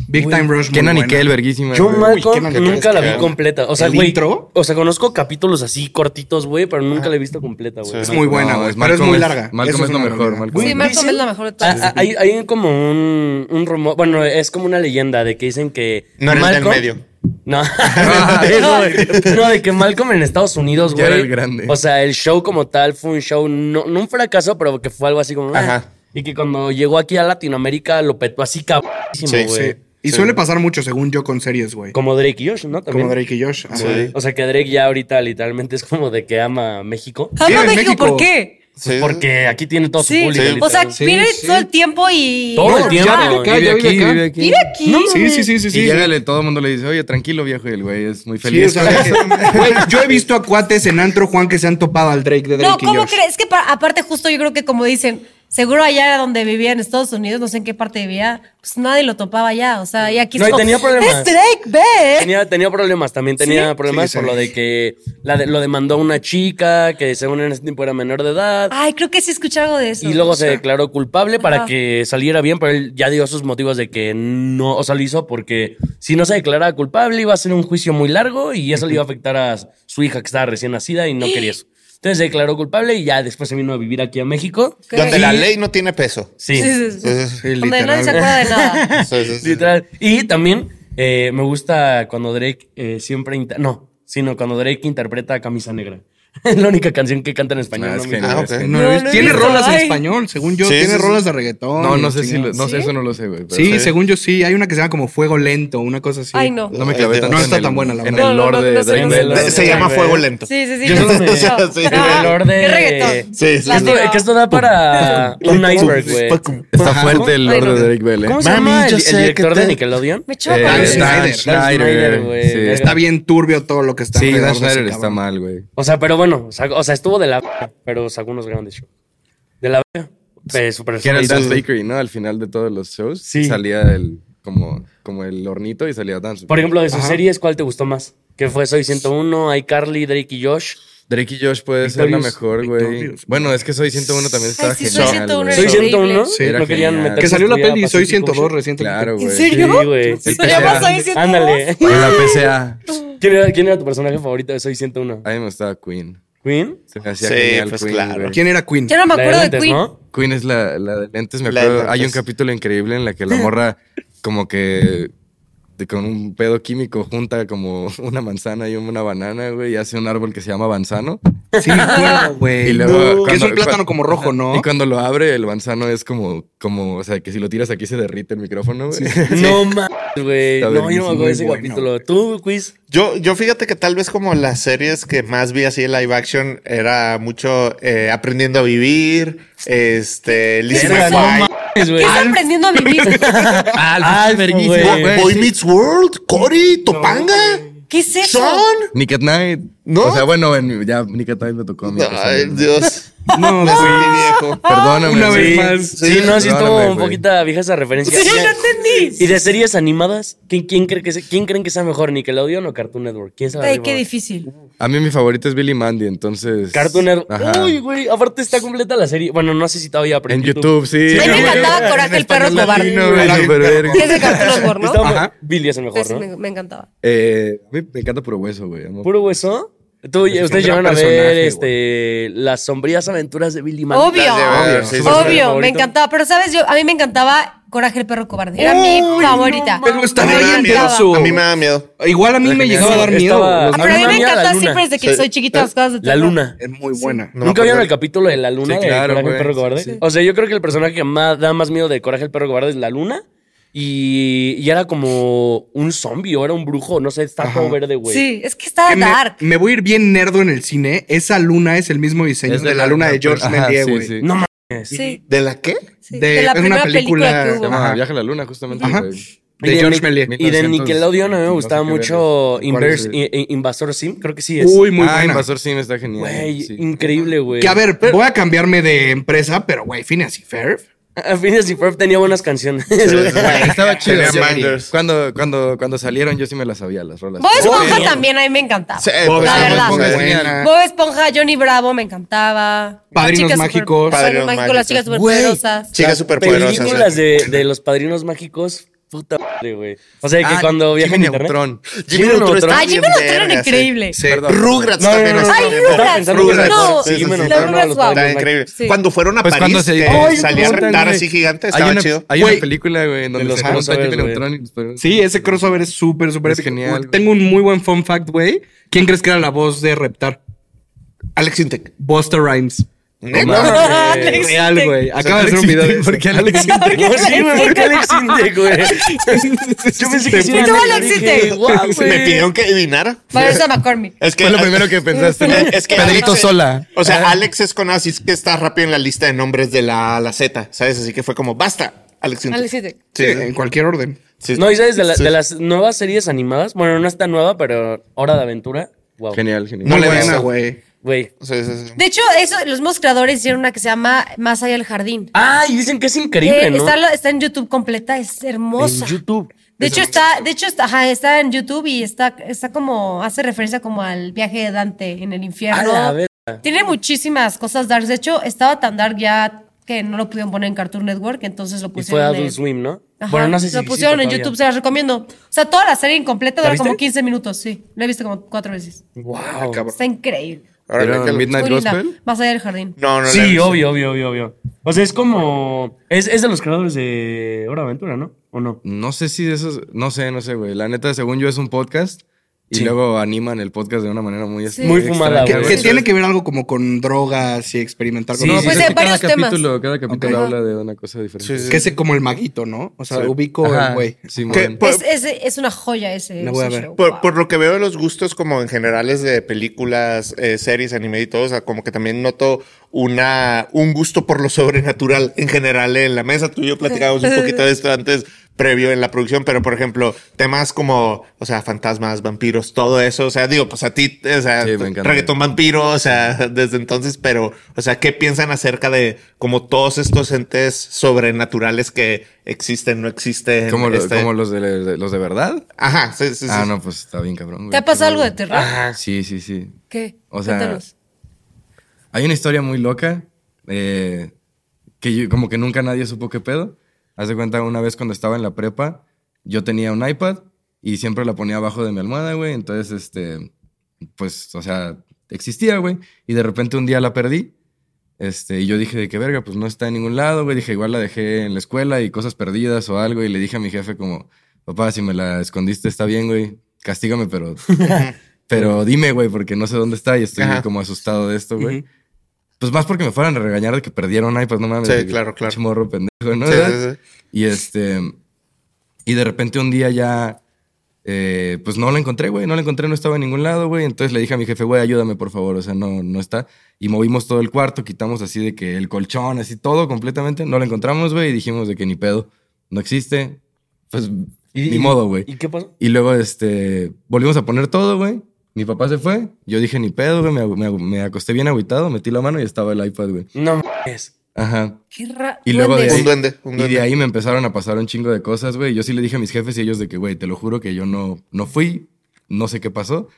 C: Big Time Rush. muy
E: Kenan y
C: buena.
E: Kel, verguísima.
D: Yo
E: güey.
D: Malcolm
C: qué mal que
D: nunca
C: tienes
D: la
C: que
D: vi
C: ver.
D: completa. O sea,
C: ¿El
D: güey.
C: intro?
D: O sea, conozco capítulos así cortitos, güey, pero nunca la he visto completa, güey.
C: Es muy buena,
E: No,
C: güey.
E: es
C: pero es
E: Malcolm
C: muy
E: es-
C: larga.
E: Malcolm
C: Eso
E: es lo
C: una
E: mejor,
C: realidad.
E: Malcolm.
F: Sí, Malcolm es la mejor de todas.
D: Ah, ah, hay, hay como un, un rumor, bueno, es como una leyenda de que dicen que...
A: No eres del
D: Malcolm-
A: medio.
D: No, [laughs] no, de, no, de que Malcolm en Estados Unidos,
E: Ya
D: güey.
E: era el grande.
D: O sea, el show como tal fue un show, no, no un fracaso, pero que fue algo así como... ah,
A: Ajá.
D: y que cuando llegó aquí a Latinoamérica lo petó así cabrísimo,
A: Sí,
D: güey.
C: Y suele pasar mucho, según yo, con series, güey.
D: Como Drake y Josh, ¿no? También.
C: Como Drake y Josh. Ajá.
A: Sí.
D: O sea, que Drake ya ahorita literalmente es como de que ama a México. Pues
C: Sí,
F: Amo
C: en
F: México, ¿por
C: México.
F: qué?
A: Sí,
D: Porque aquí tiene todo su
F: Sí,
D: público.
A: Sí.
F: o sea,
D: literal.
C: Sí,
F: vive
C: sí.
F: todo el tiempo y...
D: todo el
E: No,
D: tiempo.
E: ya vive acá,
C: Vive
E: ya
C: aquí,
E: vive
C: vive
E: aquí.
F: Mira aquí.
C: Sí, sí, sí, sí,
E: Y
C: sí.
E: llégale, todo el mundo le dice, oye, tranquilo, viejo, y el güey es muy
C: Sí, o
E: [laughs] feliz. Ah,
C: sea, güey, yo he visto a cuates en antro Juan que se han topado al Drake de Drake
F: No,
C: y
F: ¿cómo
C: Josh.
F: crees? Es que pa- aparte justo yo creo que como dicen, seguro allá donde vivía en Estados Unidos, no sé en qué parte vivía, pues nadie lo topaba allá. O sea, y aquí
D: No,
F: es
D: y tenía problemas.
F: "Es Drake, ve.
D: Tenía, tenía problemas, también tenía problemas
C: Sí, sí.
D: por lo de que la de- lo demandó una chica que según en ese tiempo era menor de edad.
F: Ay, creo que sí escuché algo de Ah, eso.
D: Y luego se declaró culpable para
F: Ajá.
D: que saliera bien, pero él ya dio sus motivos de que no, o sea, lo hizo porque si no se declaraba culpable iba a ser un juicio muy largo y eso le iba a afectar a su hija que estaba recién nacida y no quería eso. Entonces se declaró culpable y ya después se vino a vivir aquí a México.
F: Ok.
A: Donde
F: Sí.
A: la ley no tiene peso.
D: Sí.
F: Sí, sí, sí.
A: Sí, sí,
C: Sí,
F: Donde nadie se
C: literal.
F: acuerda de nada.
A: sí, sí, sí.
D: [laughs] Literal. Y también eh, me gusta cuando Drake eh, siempre. inter- No, sino cuando Drake interpreta Camisa Negra. [laughs] es la única canción que canta en español.
E: Ah, es
D: no me-
E: genial,
A: Ah,
E: es
A: ok.
E: genial.
C: No,
F: No,
C: es-
F: no he
C: tiene
F: visto,
C: rolas en
F: ay.
C: español, según yo.
A: Sí,
C: tiene
A: sí, sí.
C: rolas de reggaetón.
E: No,
C: y
E: no sé si,
C: chingada.
E: lo- no sé, eso no lo sé, güey. pero-
C: Sí, según yo sí. Hay una que se llama como Fuego Lento, una cosa así.
F: Ay, no.
E: No me clavé
A: No
E: tanto en
C: está
E: el-
C: tan buena, la
E: En
C: verdad.
E: el
F: No, no,
E: lore
F: no,
E: de
F: no sé, no sé,
E: Drake.
F: no sé.
E: Bell. ¿eh?
A: Se llama fuego lento.
F: Sí, sí, sí.
D: Yo
F: sí,
D: solo
F: sí,
D: me-
F: sí.
D: [laughs]
A: Sí,
F: Ah,
D: el orden
F: qué
D: de-
A: Sí,
F: reggaetón.
A: sí,
F: La
A: sí.
D: Esto,
F: veo.
D: que esto da para un iceberg, güey.
E: Está fuerte el
F: Ay, no.
E: lore de Drake Bell, ¿eh?
D: ¿Cómo se
A: Mami,
D: llama el,
A: yo
D: el
A: sé que
D: director de
A: te-
D: Nickelodeon?
F: Me choca.
E: Eh,
C: Dan Schneider.
E: Dan Schneider,
D: Dan Schneider, güey.
E: güey.
C: Está bien turbio todo lo que está
E: Sí,
C: alrededor
E: Dan
C: de ese
E: Schneider está
C: cabrón.
E: mal, güey.
D: O sea, pero bueno, o sea, o sea, estuvo de la. verga, Pero sacó unos grandes shows. De la. verga, Pero super
E: Que era el Dance Bakery, ¿no? Al final de todos los shows
D: Sí.
E: salía el como, como el hornito y salía Dance.
D: Por ejemplo, de sus series, ¿cuál te gustó más? Que fue Soy 101, iCarly, Drake y Josh.
E: Drake y Josh puede ser la
D: Victorious.
E: mejor, güey.
C: Victorious.
E: Bueno, es que Soy 101 también estaba
F: sí, Soy
E: genial.
F: 101
E: güey.
D: Soy
F: Horrible.
D: 101,
E: Sí,
D: no
E: era
D: querían
E: genial.
D: meter
C: Que salió la
D: estuviera
C: peli Soy
D: Pacific
C: 102
D: Ocean.
C: reciente.
E: Claro,
F: ¿En
E: güey.
F: serio?
D: Sí, güey.
F: ¿Se
E: El
F: llama
E: PCA.
F: Soy 102?
D: Ándale.
E: En la PCA.
D: ¿Quién era, quién era tu personaje favorito de Soy 101?
E: A mí me gustaba Queen.
D: ¿Queen?
E: Se me hacía
A: Sí,
E: genial
A: pues
E: Queen,
A: claro.
E: güey.
C: ¿Quién era Queen?
F: Ya no me
D: La de
F: acuerdo de
D: lentes,
F: Queen.
D: ¿no?
E: Queen es la, la de lentes, me
A: La de
E: acuerdo. Hay un
A: lentes.
E: capítulo increíble en la que la morra como que de- con un pedo químico junta como [laughs] una manzana y una banana, güey, y hace un árbol que se llama banzano.
C: Sí, me acuerdo, güey.
E: Y luego
C: Que es
E: cuando-
C: un plátano
E: cua-
C: como rojo, ¿no?
E: Y cuando lo abre, el manzano es como, como, o sea, que si lo tiras aquí se derrite el micrófono, güey. [laughs]
D: No mames, güey.
E: Está
D: No, yo no me acuerdo
E: muy
D: de ese
E: bueno.
D: capítulo. Tú, quiz.
A: Yo, yo fíjate que tal vez como las series que más vi así de live action era mucho eh, Aprendiendo a Vivir, este, Lizzie
D: Verga, no
A: McGuire,
D: mames,
F: ¿Qué
D: güey.
F: está aprendiendo a vivir?
D: Ah,
B: Alf, verguísimo,
D: güey.
B: güey.
A: Boy Meets World, Cory, Topanga,
F: ¿Qué es eso?
A: Sean.
E: Nick at Night.
A: ¿No?
E: O sea, bueno, en- ya Nick at Night me tocó a mí.
A: Ay, [laughs] Dios.
C: No, güey.
A: viejo.
E: Perdóname.
C: Una
E: güey.
C: vez
D: Sí,
C: más.
D: sí, no, sí estuvo
E: Perdóname,
D: un
E: güey.
D: poquito vieja esa referencia.
F: Sí, no entendí.
D: ¿Y de series animadas? ¿Quién, quién, cree que se- ¿Quién creen que sea mejor, Nickelodeon o Cartoon Network? ¿Quién sabe?
F: Ay, qué difícil.
E: A mí mi favorito es Billy Mandy, entonces.
D: Cartoon Network.
E: Ajá.
D: Uy, güey. Aparte está completa la serie. Bueno, no sé si todavía pero
E: En YouTube, sí.
F: A mí me
E: güey.
F: encantaba Coraje, el perro
E: Español latino,
F: cobarde.
E: güey,
A: Coraje,
E: súper
A: el perro
E: verga.
F: ¿Qué es de Cartoon Network, no? Pues
D: Estaba-
E: Ajá.
D: Billy es el mejor,
F: Entonces,
D: ¿no?
F: me, me encantaba.
E: Eh, a mí me encanta puro hueso, güey. amo.
D: ¿Puro hueso? Tú,
E: Es un
D: ustedes
E: gran
D: llegaron a ver
E: personaje,
D: este, las sombrías aventuras de Billy Mandy.
F: Obvio.
A: Obvio, sí, sí, sí.
F: Obvio, me
D: Favorito.
F: encantaba. Pero, ¿sabes? Yo, a mí me encantaba Coraje, el perro cobarde. Era mi favorita.
C: Pero está
A: A mí me
C: bien
A: da miedo.
C: enteroso.
A: A mí me da miedo.
C: Igual a mí me llegaba a dar miedo.
D: Estaba-
C: Los
F: Ah, pero a mí
D: Luna,
F: me
D: la
F: encantaba
D: luna.
F: siempre desde que
A: Sí.
F: soy chiquita las cosas de
D: La
F: terror.
D: luna.
C: Es muy buena.
A: No me
D: ¿Nunca
A: acuerdo.
D: vieron el capítulo de la luna
E: Sí,
D: de
E: claro,
D: Coraje el
E: güey.
D: perro cobarde?
E: Sí.
D: O sea, yo creo que el personaje que más da más miedo de Coraje el perro cobarde es la luna. Y, y era como un zombie o era un brujo, no sé, está todo verde, güey.
F: Sí, es que estaba
C: Que me,
F: dark.
C: me voy a ir bien nerdo en el cine. Esa luna es el mismo diseño
E: Es
C: de la luna de George
E: Ajá,
C: Méliès,
E: sí,
C: güey.
E: sí.
D: No mames.
F: Sí,
A: ¿De la qué?
F: sí.
C: de-
F: De, la
C: es una
F: primera película,
C: película
F: que
C: que
E: Se
F: hubo.
E: llama
C: Ajá.
E: Viaje a la Luna, justamente.
C: Ajá.
E: güey.
C: De George Méliès.
D: Y de
E: 1900,
D: Nickelodeon a mí me
E: no sé
D: gustaba
E: qué
D: mucho
E: verga.
D: Inverse-
E: ¿Cuál es?
D: I- I- Invasor Sim, creo que sí es.
C: Uy, muy
E: ah,
C: buena.
E: Invasor Sim está genial.
D: Güey,
E: sí.
D: increíble, güey.
C: Que a ver, voy a cambiarme de empresa, pero güey, Phineas y Ferb.
D: [laughs] A fines y Ferb tenía buenas canciones.
E: Güey, Estaba
A: [laughs]
E: chido.
A: Tenía
E: sí.
A: Mangers.
E: Cuando, cuando, cuando salieron, yo sí me las sabía, las rolas.
F: Bob Esponja
D: Sí.
F: también a mí me encantaba.
A: Sí,
E: Bob
A: pues,
F: La
A: sí,
F: verdad.
A: pues,
E: Esponja
A: sí.
E: es genial.
F: Bob Esponja, Johnny Bravo me encantaba.
C: Padrinos
F: Las chicas
C: Mágicos.
F: super-
A: Padrinos
F: Padrinos Mágicos, las chicas
A: Mágicos.
F: superpoderosas.
A: Chicas superpoderosas.
D: películas
A: sí.
D: de, de los padrinos mágicos, puta madre, güey. O sea, que
E: Ah,
D: cuando viajan en
E: Jimmy
D: internet.
E: Neutron.
A: Jimmy
D: Jimmy
A: Neutron
D: Neutron.
A: está
F: Ay, Ah, Jimmy
A: bien
F: Neutron era
A: verga, sí.
F: increíble.
E: Sí.
A: Rugrats [laughs]
D: No, no,
A: también
D: no, no,
A: está
F: Ay,
A: bien
F: Rugrats.
A: verga.
D: Pensando que era
A: Rugrats,
F: No,
A: sí, sí,
D: Jimmy
A: sí,
F: Los
A: está-
D: Neutron, no, los
F: Rugrats,
A: está
D: padrinos
A: increíble.
F: Sí.
A: Cuando fueron a
E: Pues
A: París,
E: cuando se-
A: que
E: Ay,
A: salía a
E: puta,
A: rentar
E: güey.
A: así gigante,
E: Hay
A: estaba
E: una,
A: chido.
E: Hay una
C: Güey.
E: película, güey, en donde
D: De los
E: se junta
D: crossovers,
E: Jimmy
D: güey.
E: Neutron. y los padrinos.
C: Sí, ese crossover es súper, súper
E: Es
C: épico.
E: genial,
C: Tengo un muy buen fun fact, güey. ¿Quién crees que era la voz de Reptar?
A: Alex Intec.
C: Buster Rhymes.
A: ¿Neta?
F: [laughs] Alex
C: Real,
F: Intec.
C: güey. Acaba de hacer un video de
E: ¿Por qué Alex
A: Pues
D: No, sí, güey, porque Alex Intec, güey. Yo pensé que sí
F: ¿Y
D: era
F: tú,
D: negro,
F: Alex
D: dije,
F: Intec?
D: guau,
A: Se Me
D: güey.
A: pidieron que adivinara.
F: Vanessa McCormick.
A: Es que
E: Fue lo primero que pensaste. ¿no?
A: Es que
E: Pedrito
A: Alex-
E: Sola.
A: O sea, Alex es con así es que está rápido en la lista de nombres de la A a la Z, ¿sabes? Así que fue como, basta, Alex Intec.
F: Alex Intec.
A: Sí,
C: En cualquier orden.
A: sí.
D: No, y sabes, de, la-
A: Sí.
D: de las nuevas series animadas, bueno, no es tan nueva, pero Hora de Aventura, wow.
E: Genial, genial.
A: No
C: Muy
A: le
C: buena,
A: veo.
C: güey.
D: Güey.
A: Sí, sí, sí.
F: De hecho, eso, los mismos creadores hicieron una que se llama Más allá del jardín.
D: Ah, y dicen que es increíble,
F: Eh,
D: ¿no?
F: está, la- está en YouTube completa, es hermosa.
D: En YouTube.
F: De hecho, está, de hecho está, ajá, está en YouTube y está, está como, hace referencia como al viaje de Dante en el infierno.
D: A ver.
F: Tiene muchísimas cosas dark. De hecho, estaba tan dark ya que no lo pudieron poner en Cartoon Network, entonces lo
D: Y fue
F: pusieron. en-
D: Adult Swim, ¿no?
F: Ajá,
D: Bueno, no sé si
F: Lo pusieron en YouTube, se las recomiendo. O sea, toda la serie incompleta
D: ¿La
F: dura como
D: viste?
F: 15 minutos, sí. La he visto como cuatro veces.
A: Ah,
D: Wow.
F: Está increíble.
A: Ahora
E: ¿Vieron
A: ve que-
E: Midnight
F: Muy linda.
E: Gospel.
F: Más allá del jardín.
A: No, no. la he
D: Sí,
A: visto.
D: obvio, obvio, obvio, obvio. O sea, es como. Es, es de los creadores de Hora de Aventura, ¿no? ¿O no?
E: No sé si de esos. No sé, no sé, güey. La neta, según yo, es un podcast. Y luego animan el podcast de una manera muy
F: Sí.
D: Muy fumada,
E: extraña,
D: güey.
C: Que
D: Sí.
C: tiene que ver algo como con drogas y experimentar con
D: Sí,
E: No,
D: sí,
E: pues
D: sí.
E: es
F: Pues
E: que
F: de
E: cada
F: varios temas.
E: capítulo, cada capítulo
F: Ajá.
E: habla de una cosa diferente.
A: Sí, sí.
C: Que es como el maguito, ¿no? O sea, ubico el
E: Ajá,
C: güey.
E: Simón.
A: Que-
F: Es, es, es una joya ese.
C: La voy a
F: ese
C: ver.
F: show.
A: pues, Por,
F: Wow.
A: por lo que veo de los gustos como en generales de películas, eh, series, anime y todo, o sea, como que también noto una, un gusto por lo sobrenatural en general en la mesa. Tú y yo platicábamos un poquito de esto antes, previo en la producción, pero por ejemplo, temas como, o sea, fantasmas, vampiros, todo eso, o sea, digo, pues a ti, o sea,
E: Sí, me encanta.
A: reggaetón vampiro, o sea, [laughs] desde entonces, pero, o sea, ¿qué piensan acerca de como todos estos entes sobrenaturales que existen, no existen?
E: Como, lo-
A: este-
E: como los, de, de- los de verdad.
A: Ajá, sí, sí, Ah. sí.
E: Ah, no, pues está bien, cabrón.
F: ¿Te
E: güey.
F: ha pasado algo de
E: Pero-
F: terror?
E: Sí, sí, sí.
F: ¿Qué?
E: O sea,
F: Cuéntanos.
E: Hay una historia muy loca eh, que yo- como que nunca nadie supo qué pedo. Haz de cuenta, una vez cuando estaba en la prepa, yo tenía un iPad y siempre la ponía abajo de mi almohada, güey. Entonces, este, pues, o sea, existía, güey. Y de repente un día la perdí. Este, y yo dije de que verga, pues no está en ningún lado, güey. Dije, igual la dejé en la escuela y cosas perdidas o algo. Y le dije a mi jefe como, papá, si me la escondiste está bien, güey, castígame, pero, pero dime, güey, porque no sé dónde está y estoy
A: Ajá.
E: como asustado de esto, güey. Pues más porque me fueran a regañar de que perdieron iPad, no mames.
A: Sí,
E: de que
A: claro, claro.
E: pinche morro pendejo, ¿no?
A: Sí,
E: ¿Verdad?
A: sí, sí.
E: Y este. Y de repente un día ya. eh, pues no la encontré, güey. No la encontré, no estaba en ningún lado, güey. Entonces le dije a mi jefe, güey, ayúdame, por favor. O sea, no, no está. Y movimos todo el cuarto, quitamos así de que el colchón, así todo completamente. No la encontramos, güey. Y dijimos de que ni pedo. No existe. Pues ni modo, güey.
D: ¿Y qué pasó?
E: Y luego, este, volvimos a poner todo, güey. Mi papá se fue. Yo dije, ni pedo, güey. Me, me- me acosté bien agüitado, metí la mano y estaba el iPad, güey.
D: No mames.
E: Ajá.
F: Qué raro.
E: Y luego de
A: Un
E: ahí-
A: duende, un
E: Y
A: duende.
E: de ahí me empezaron a pasar un chingo de cosas, güey. Yo sí le dije a mis jefes y ellos de que, güey, te lo juro que yo no, no fui, no sé qué pasó.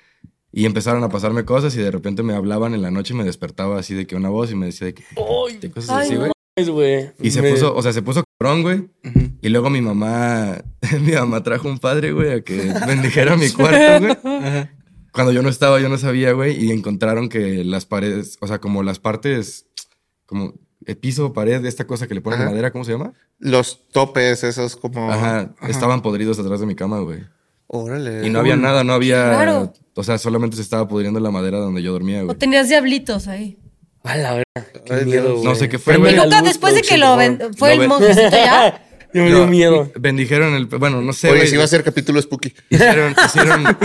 E: Y empezaron a pasarme cosas y de repente me hablaban en la noche y me despertaba así de que una voz y me decía de que...
D: Ay,
E: de cosas
F: Ay,
E: así, güey.
D: mames, güey.
E: Y se
D: Me-
E: puso, o sea, se puso cabrón, güey. Y luego mi mamá, [laughs] mi mamá trajo un padre, güey, a que [laughs] bendijera mi cuarto, güey. Cuando yo no estaba, yo no sabía, güey. Y encontraron que las paredes, o sea, como las partes, como el piso, pared, de esta cosa que le ponen de
A: Ajá. Oh,
E: madera, ¿cómo se llama?
A: Los topes, esos como.
E: Ajá, estaban podridos atrás de mi cama, güey.
A: Órale.
E: Y no había nada, no había.
F: Claro.
E: O sea, solamente se estaba pudriendo la madera donde yo dormía,
F: O
E: güey.
F: tenías diablitos ahí.
D: A la verga. Qué
A: Ay,
D: miedo,
A: Dios.
D: güey.
E: No sé qué fue,
D: Prende
E: güey.
F: Y
D: la
F: nunca
D: luz,
F: después de que
D: producción,
F: lo
D: por
F: ven-
D: favor.
F: fue
E: Lo
F: el
E: ven-
D: [laughs]
F: monstruito ya.
D: Ya me dio miedo.
E: Bendijeron el. Bueno, no sé.
A: Oye,
E: güey.
A: si va a ser capítulo spooky.
E: Hicieron, hicieron,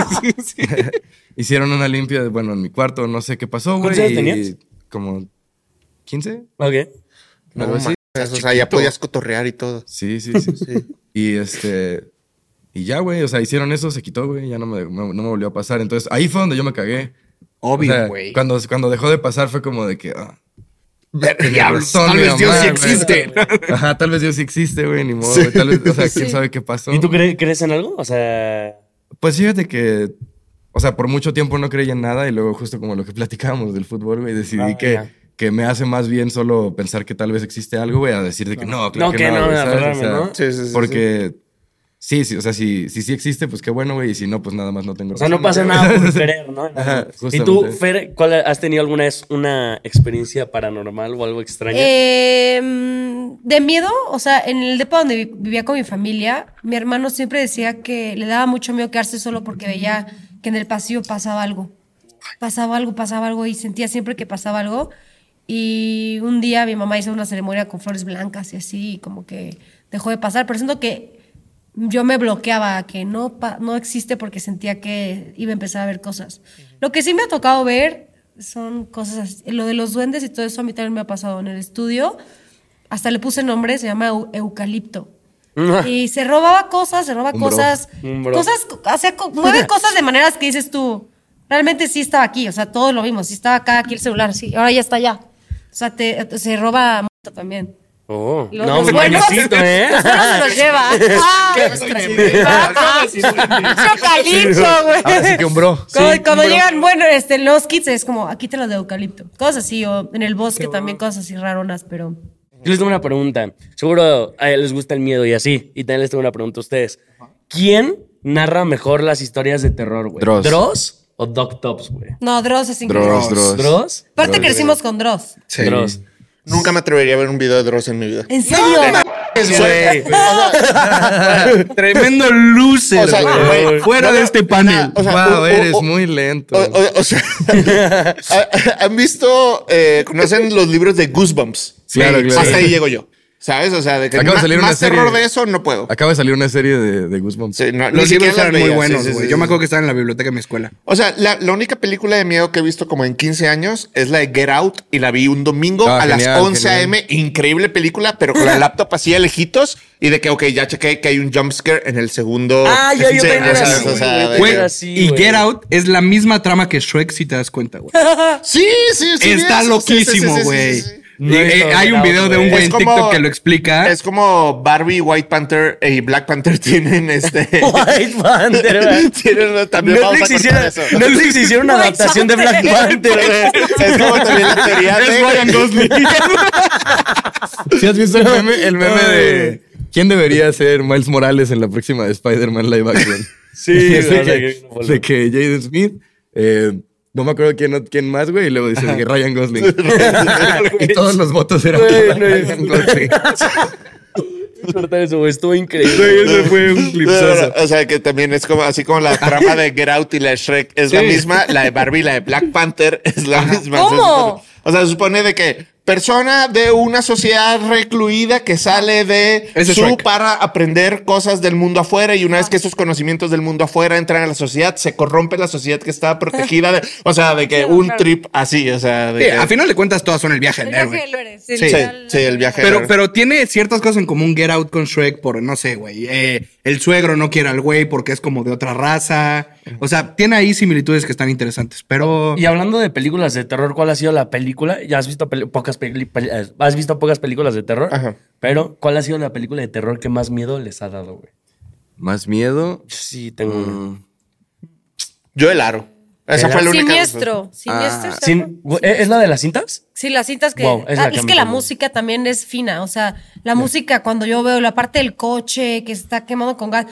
E: [laughs] hicieron una limpia, de- bueno, en mi cuarto, no sé qué pasó, güey.
D: ¿Cuántos años
E: y
D: tenías?
E: Como 15.
D: Ok.
A: No,
E: algo así.
A: manches, o sea, ya podías cotorrear y todo.
E: Sí, sí, sí. Y este. Y ya, güey, o sea, hicieron eso, se quitó, güey, ya no me, no- no me volvió a pasar. Entonces, ahí fue donde yo me cagué. O sea,
C: Obvio, güey.
E: cuando, cuando dejó de pasar fue como de que. ah,
C: pues,
A: Diablos,
E: razón,
A: tal
E: mi
A: vez Dios
E: mamá,
A: sí
D: [laughs]
E: güey.
A: existe.
E: Ajá, tal vez Dios sí existe, güey, ni modo, güey, Tal vez, o sea, quién sabe qué pasó.
D: ¿Y tú cre- crees en algo? O sea.
E: Pues fíjate que, o sea, por mucho tiempo no creía en nada y luego justo como lo que [laughs] platicábamos del fútbol, güey, decidí
D: Ah,
E: que,
D: ya.
E: que me hace más bien solo pensar que tal vez existe algo, güey, a decir de que no, claro
D: No,
E: que,
D: que no,
E: no, güey, ¿sabes? O
D: aferrarme,
E: sea,
D: ¿no?
A: Sí, sí, sí,
E: Porque sí, sí, o sea, si, si sí existe, pues qué bueno, güey, y si no, pues nada más no tengo
D: O sea, no pasa
E: razón, güey.
D: nada
E: [laughs]
D: por querer, ¿no?
E: Ajá,
D: ¿Y tú,
E: justamente.
D: Fer, cuál has tenido alguna vez una experiencia paranormal o algo extraño?
F: Eh, mm, de miedo, o sea, en el depa donde vi- vivía con mi familia, mi hermano siempre decía que le daba mucho miedo quedarse solo porque veía que en el pasillo pasaba algo. Pasaba algo, pasaba algo y sentía siempre que pasaba algo. Y un día mi mamá hizo una ceremonia con flores blancas y así, y como que dejó de pasar, pero siento que yo me bloqueaba, que no, pa- no existe porque sentía que iba a empezar a ver cosas. Lo que sí me ha tocado ver son cosas así. Lo de los duendes y todo eso a mí también me ha pasado en el estudio. Hasta le puse nombre, se llama eu- Eucalipto. Y se robaba cosas, se roba
E: Un bro.
F: cosas,
D: Un bro.
F: cosas, hace, co- mueve cosas de maneras que dices tú, realmente sí estaba aquí, o sea, todos lo vimos, sí estaba acá, aquí el celular, sí, ahora ya está allá. O sea, te- se roba mucho también.
D: Oh,
F: Los-
D: no,
F: los
D: un
F: buenos-
D: buenecito, ¿eh?
F: Los buenos se los
E: [laughs]
F: lleva. Ay, los tremendo.
E: Ah,
F: Eucalipto, güey.
E: Ahora sí que un bro.
F: Cuando,
E: Sí, un
F: cuando
E: bro.
F: llegan, bueno, este, los kits es como, aquí te los de eucalipto. Cosas así, o en el bosque también, cosas así raronas, pero...
D: Yo les tengo una pregunta. Seguro a él les gusta el miedo y así. Y también les tengo una pregunta a ustedes. ¿Quién narra mejor las historias de terror, güey?
E: Dross.
D: o Doc Tops, güey?
F: No, Dross es increíble.
E: Dross, Dross.
D: ¿Dross?
F: Aparte crecimos con Dross.
A: Sí.
E: [laughs]
D: Dross. [laughs]
A: Nunca me atrevería a ver un video de Dross en mi vida.
F: ¿En serio?
D: Güey.
C: Tremendo loser,
A: O sea,
C: güey.
A: güey,
C: Fuera
A: no,
C: de
A: no,
C: este panel.
A: o sea,
E: wow,
A: o- o-
E: eres
A: o-
E: muy lento.
A: O, o- o
E: [laughs]
A: sea, ¿han visto, eh, conocen los libros de Goosebumps?
E: Sí, claro, claro.
A: Hasta ahí llego yo. ¿Sabes? O sea, de que
E: Acaba de
A: ma-
E: salir una
A: más
E: serie-
A: terror de eso no puedo.
E: Acaba de salir una serie de, de Goosebumps.
A: Sí, no, ni
C: Los libros
A: siquiera
C: eran muy
A: veía,
C: buenos,
A: sí,
C: güey.
A: sí, sí,
C: Yo me
A: sí.
C: acuerdo que estaba en la biblioteca de mi escuela.
A: O sea, la, la única película de miedo que he visto como en 15 años es la de Get Out y la vi un domingo
E: Ah,
A: a
E: genial,
A: las 11 a.m. Increíble película, pero con la laptop así de lejitos y de que, ok, ya chequé que hay un jumpscare en el segundo.
D: Ah, ya, yo
A: Sí,
D: también
A: ya
D: era
A: sabes,
D: así,
A: o sea, de
C: Güey,
D: güey, yo
A: que-
D: era así,
C: y
D: güey.
C: Get Out es la misma trama que Shrek, si te das cuenta, güey.
A: Sí, sí, [laughs] sí.
C: Está
A: sí, sí, sí, sí,
C: loquísimo,
A: sí,
C: güey.
A: sí, sí.
D: No
C: Y,
D: es
C: eh,
D: todo
C: hay un
D: Get
C: video
D: Out,
C: de un güey
D: güey.
C: en
A: Es como-
C: TikTok que lo explica.
A: Es como Barbie, White Panther eh, y Black Panther [laughs] tienen este.
D: [laughs] White Panther, güey.
A: [laughs] tienen también vamos
D: Netflix
A: a cortar
D: hiciera,
A: eso.
D: Netflix hiciera una
F: White
D: adaptación de
F: Panther.
D: Black
A: [laughs]
D: Panther, güey.
A: Es como también la teoría de.
E: ¿Sí has visto el meme, el meme de quién debería ser Miles Morales en la próxima de Spider-Man Live [laughs] Action?
D: Sí,
E: de,
D: güey, o sea,
E: que,
D: que-
E: de que Jaden Smith, eh, no me acuerdo quién, quién más, güey, y luego dice de que [laughs] Ryan [laughs] Gosling. y todos los votos eran
D: Güey,
E: para
D: no,
E: Ryan Gosling.
D: cortar eso, güey. Estuvo increíble.
E: Güey, ese fue
A: [laughs]
E: un clipsazo.
A: O sea, que también es como así
C: [laughs]
A: como la trama de Get Out y la de Shrek es la
C: Sí.
A: misma, la de Barbie, la de Black Panther es la misma.
F: ¿Cómo?
A: O sea, se supone de que persona de una sociedad recluida que sale de
C: Ese es
A: su
C: Shrek.
A: para aprender cosas del mundo afuera y una vez que esos conocimientos del mundo afuera entran a la sociedad, se corrompe la sociedad que estaba protegida. de- o sea, de que
F: Claro,
A: un
F: claro.
A: trip así, o sea, de
C: Sí,
A: que-
C: a final de cuentas todas son el viaje
F: El
C: del héroe.
F: viaje del héroe,
A: Sí,
F: literal.
A: sí, el viaje.
C: Pero, pero tiene ciertas cosas en común Get Out con Shrek por, no sé, güey. eh, el suegro no quiere al güey porque es como de otra raza. O sea, tiene ahí similitudes que están interesantes, pero...
D: Y hablando de películas de terror, ¿cuál ha sido la película? Ya has visto peli- pocas peli- peli- eh, has visto pocas películas de terror,
A: Ajá.
D: pero ¿cuál ha sido la película de terror que más miedo les ha dado, güey?
E: [laughs] Más miedo.
D: Yo Sí, tengo. una.
A: Yo el aro. Esa
D: El
A: fue la
D: aro.
A: única.
E: Ah.
F: Siniestro. Siniestro. ¿se llama?
D: Sin- güey, ¿Es la de las cintas?
F: Sí, las cintas que.
D: Wow, es
F: es,
D: la
F: ah,
D: que
F: es
D: me
F: que la
D: tomó.
F: música también es fina. O sea, la música, cuando yo veo la parte del coche que está quemado con gas,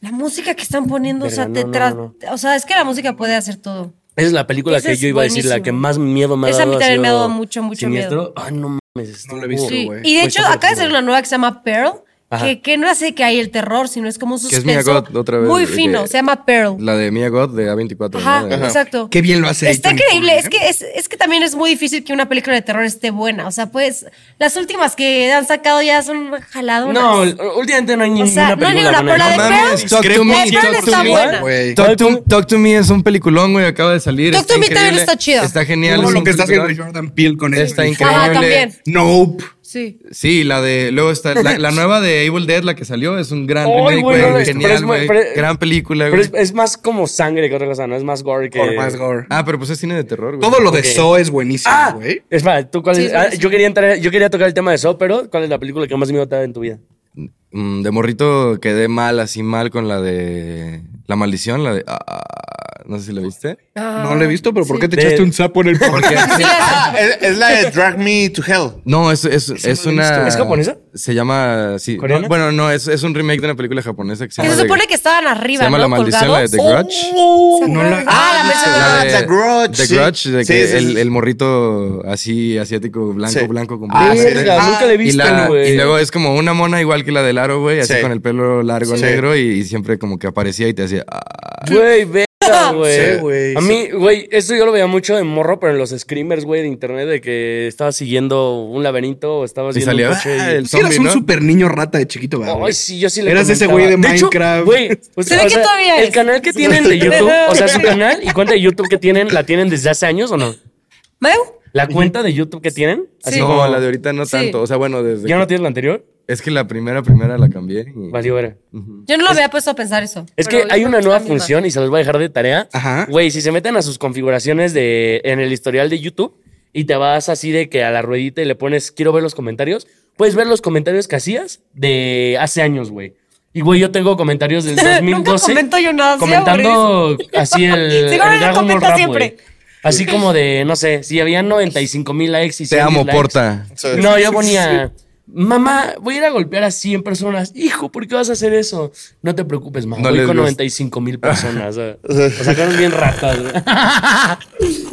F: la música que están poniendo, o sea,
D: Verga,
F: te
D: no, no,
F: tra-
D: no,
F: O sea, es que la música puede hacer todo.
D: Esa es la película
F: Esa
D: que
F: es
D: yo iba a decir, la
F: buenísima.
D: que más miedo me ha
F: Esa a
D: dado.
F: mí
D: ha
F: también me ha
D: sido
F: dado mucho, mucho
D: Siniestro. Ay, no mames.
C: No la he visto,
D: estuvo-
F: Sí.
C: güey.
F: Y de
D: Pues,
F: hecho,
D: está
F: acaba de
D: fuerte,
F: salir una nueva que se llama Pearl.
D: Ajá.
F: Que, que no sé que hay el terror, sino es como un
E: es
F: suspenso.
E: Mia God, otra vez, de
F: Muy fino,
E: que-
F: se llama Pearl.
E: La de Mia God de A24.
F: Ajá,
E: ¿no? De-
F: exacto.
C: Qué bien lo hace
F: Está
C: Anthony
F: increíble.
C: Hopkins,
F: Es que, es, es que también es muy difícil que una película de terror esté buena. O sea, pues las últimas que han sacado ya son jaladonas.
D: No, últimamente no hay ninguna
F: sea, no
D: película.
F: hay ninguna,
D: con
F: pero
D: eso.
F: la de
D: No
F: Pearl-
D: mames.
E: Mames, Talk
A: Discrepo.
E: to me,
F: Pearl
E: Talk to
F: está buena.
E: me.
C: güey.
E: Talk to, Talk to me es un peliculón, güey. Acaba de salir.
F: Talk
E: está
F: to Me también
E: increíble,
F: está chido.
E: Está genial.
C: Todo
E: es
C: lo
E: un
C: que está haciendo
E: peliculón.
C: Jordan Peele con eso.
E: Está increíble.
F: Ajá, también.
C: Nope.
F: Sí.
E: Sí, la de. Luego está. La,
D: [laughs]
E: la nueva de Evil Dead, la que salió, es un gran
D: Ay, güey,
E: remake, güey.
D: no la he visto, pero es
E: Genial,
D: muy-
E: güey.
D: pero-
E: Gran película,
D: Pero
E: güey.
D: es, es más como sangre que otra cosa, no es más gore que.
C: Por más gore.
E: Ah, pero pues es cine de terror, güey.
C: Todo lo de Saw es buenísimo,
D: Ah,
C: güey.
D: espera, ¿tú cuál
F: Sí,
D: es?
F: es
D: Ah,
F: buenísimo.
D: yo, quería entrar, yo quería tocar el tema de eso, pero ¿cuál es la película que más miedo te da en tu vida?
E: Mm, De morrito quedé mal, así mal con la de. La maldición, la de. ah, no sé si la viste.
C: No lo he visto, pero ¿por qué te
D: De-
C: echaste un sapo en el parque? [laughs]
A: Ah, es, es la de Drag Me to Hell.
E: No, es, es, es una.
D: ¿Es japonesa?
E: Se llama. Sí.
D: ¿Coreana?
E: Bueno, no, es, es un remake de una película japonesa que se
F: Que
E: llama.
F: se
E: The-
F: supone que estaban
E: se
F: arriba,
E: llama
F: ¿no?
E: La maldición, la de
F: Colgados. Oh,
E: The Grudge.
C: No la-
A: Oh, Ah, la
F: mesa
A: mesa
E: La
A: de- The Grudge,
E: The
A: sí.
E: Grudge, de
A: Sí,
E: que
A: sí, sí.
E: el, el morrito así asiático, blanco,
A: Sí.
E: blanco con
A: Ah, sí.
D: Verga,
A: Ah,
D: nunca le he
E: Y,
D: visto,
E: la-
D: güey.
E: y luego es como una mona igual que la del aro, güey, así
A: Sí.
E: con el pelo largo
A: Sí.
E: negro y, y siempre como que aparecía y te hacía... ah.
C: [laughs]
D: Güey, verga,
A: Sí,
D: güey.
C: güey,
D: A
C: sí.
D: mí, güey, eso yo lo veía mucho en morro, pero en los screamers, güey, de internet, de que estabas siguiendo un laberinto o estabas
E: Y
D: viendo
E: salía
D: un coche.
E: "Ah,
D: y-
E: el
C: Sí, eras
E: zombie,
C: un
E: ¿no?
C: super niño rata de chiquito, ¿verdad?
D: Ay, sí, yo sí le
C: Ah, Eras ese
D: comentaba.
C: güey de
D: hecho,
C: Minecraft.
D: güey, o sea,
F: Se ve
D: o
F: que
D: sea,
F: todavía
D: El
F: es.
D: canal que tienen
F: [laughs]
D: de YouTube, o sea, su canal y cuenta de YouTube que tienen, ¿la tienen desde hace años o no?
F: ¿Meu?
D: ¿La cuenta de YouTube que tienen? Así
F: Sí.
E: No,
D: como
E: la de ahorita no
F: Sí.
E: tanto. O sea, bueno, desde...
D: ¿Ya no
E: que-
D: tienes la anterior?
E: Es que la primera, primera la cambié. y-
D: Valió ver.
F: Yo no lo había puesto a pensar eso.
D: Es
F: pero
D: que
F: yo
D: hay
F: creo
D: una
F: es
D: nueva
F: la misma.
D: función y se los voy a dejar de tarea.
C: Ajá.
D: Güey, si se meten a sus configuraciones de, en el historial de YouTube y te vas así de que a la ruedita y le pones quiero ver los comentarios, puedes ver los comentarios que hacías de hace años, güey. Y güey, yo tengo comentarios
F: [laughs]
D: del 2012.
F: Nunca comento yo nada, sí,
D: Comentando así
F: [laughs]
D: el, el
F: Seguro lo
D: Dragon Ball
F: comenta
D: Rap,
F: siempre.
D: güey. Así como de, no sé, si había 95 mil likes y
E: Te
D: 100,000
E: amo,
D: likes.
E: Porta.
D: No, yo ponía, mamá, voy a ir a golpear a 100 personas. Hijo, ¿por qué vas a hacer eso? No te preocupes, mamá.
E: No
D: voy
E: les
D: con
E: gusta.
D: 95 mil personas. ¿sabes? O sea, quedaron bien ratas. güey.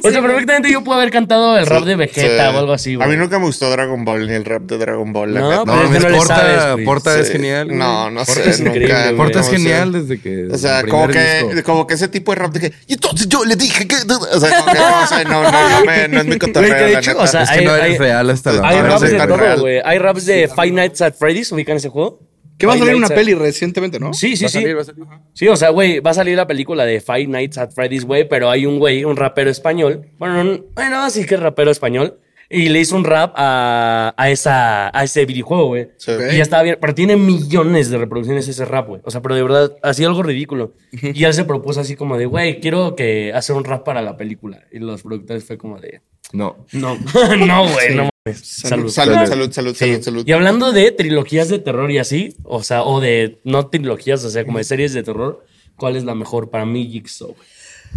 D: o sea, perfectamente yo puedo haber cantado el rap de Vegeta
A: Sí.
D: o algo así,
A: A
D: güey.
A: mí nunca me gustó Dragon Ball ni el rap de Dragon Ball. la
D: No,
A: neta.
D: pero es que
E: mames,
D: no le
E: Porta,
D: sabes, güey.
E: Porta es
A: Sí.
E: genial. güey.
A: No, no
D: Porta
A: sé.
D: es
A: nunca-
D: increíble, güey.
E: Porta es
A: no sé.
E: genial desde que...
A: O sea,
E: el
A: como
E: primer
A: que,
E: disco.
A: como que ese tipo de rap de que, y entonces yo le dije que, o sea, como que, no, o sea, no, no, no, me- no es mi
D: Güey,
A: cotorreo,
D: que de
A: la
D: hecho,
A: neta.
D: o sea,
E: Es que
D: hay,
E: no eres
D: hay-
E: real hasta la
D: hay
A: madre,
D: raps
A: sí,
D: de
A: tan
D: todo,
A: real.
D: güey. Hay raps de Five Nights at Freddy's, ubican ese juego.
C: Que va a
D: Five
C: salir una
D: Nights at-
C: peli recientemente, ¿no?
D: Sí, sí,
E: Va a
D: sí.
E: salir, va a salir.
D: Sí, o sea, güey, va a salir la película de Five Nights at Freddy's, güey, pero hay un güey, un rapero español. Bueno, un- bueno, sí que es rapero español. Y le hizo un rap a, a esa, a ese videojuego, güey.
A: Sí.
D: Y ya estaba bien. Pero tiene millones de reproducciones ese rap, güey. O sea, pero de verdad, hacía algo ridículo. Y él se propuso así como de, güey, quiero que hacer un rap para la película. Y los productores fue como de,
E: No.
D: no, [laughs] no, güey, no mames. Salud.
A: Salud, salud, salud, salud, salud.
D: Y hablando de trilogías de terror y así, o sea, o de no trilogías, o sea, como de series de terror, ¿cuál es la mejor para mí, Jigsaw?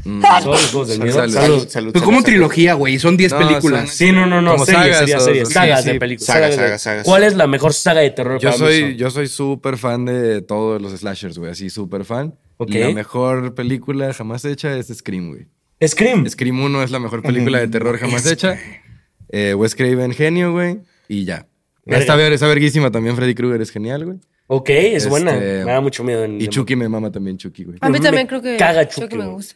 D: ¿Son los juegos del miedo?
E: Sal-
A: Salud,
D: Salud.
E: sal-
A: salud.
C: Pues
A: salud,
C: como
A: salud.
C: trilogía, güey. Son 10
E: No,
C: películas.
E: son-
D: Sí, no, no, no,
E: Como
D: series,
E: sagas,
D: series,
E: o-
D: series,
E: sí,
D: sagas
E: sí.
D: de películas.
A: Sagas,
D: de-
A: sagas, sagas.
D: ¿Cuál es la mejor saga de terror
E: Yo
D: para
E: soy,
D: mí?
E: yo soy súper fan de todos los slashers, güey. Así, súper fan.
D: Ok.
E: La mejor película jamás hecha es Scream, güey.
D: Yo... Scream.
E: Scream 1 es la mejor película de terror jamás hecha. Eh, Wes Craven, genio, güey. Y ya.
D: Verga.
E: Está, ver- está verguísima también. Freddy Krueger es genial, güey.
D: Ok, es
E: Este,
D: buena. Me da mucho miedo. En,
E: Y Chucky me mama también, Chucky, güey.
F: A mí
D: me
F: también creo que.
D: caga
F: creo que
D: Chucky,
F: me
D: güey.
F: gusta.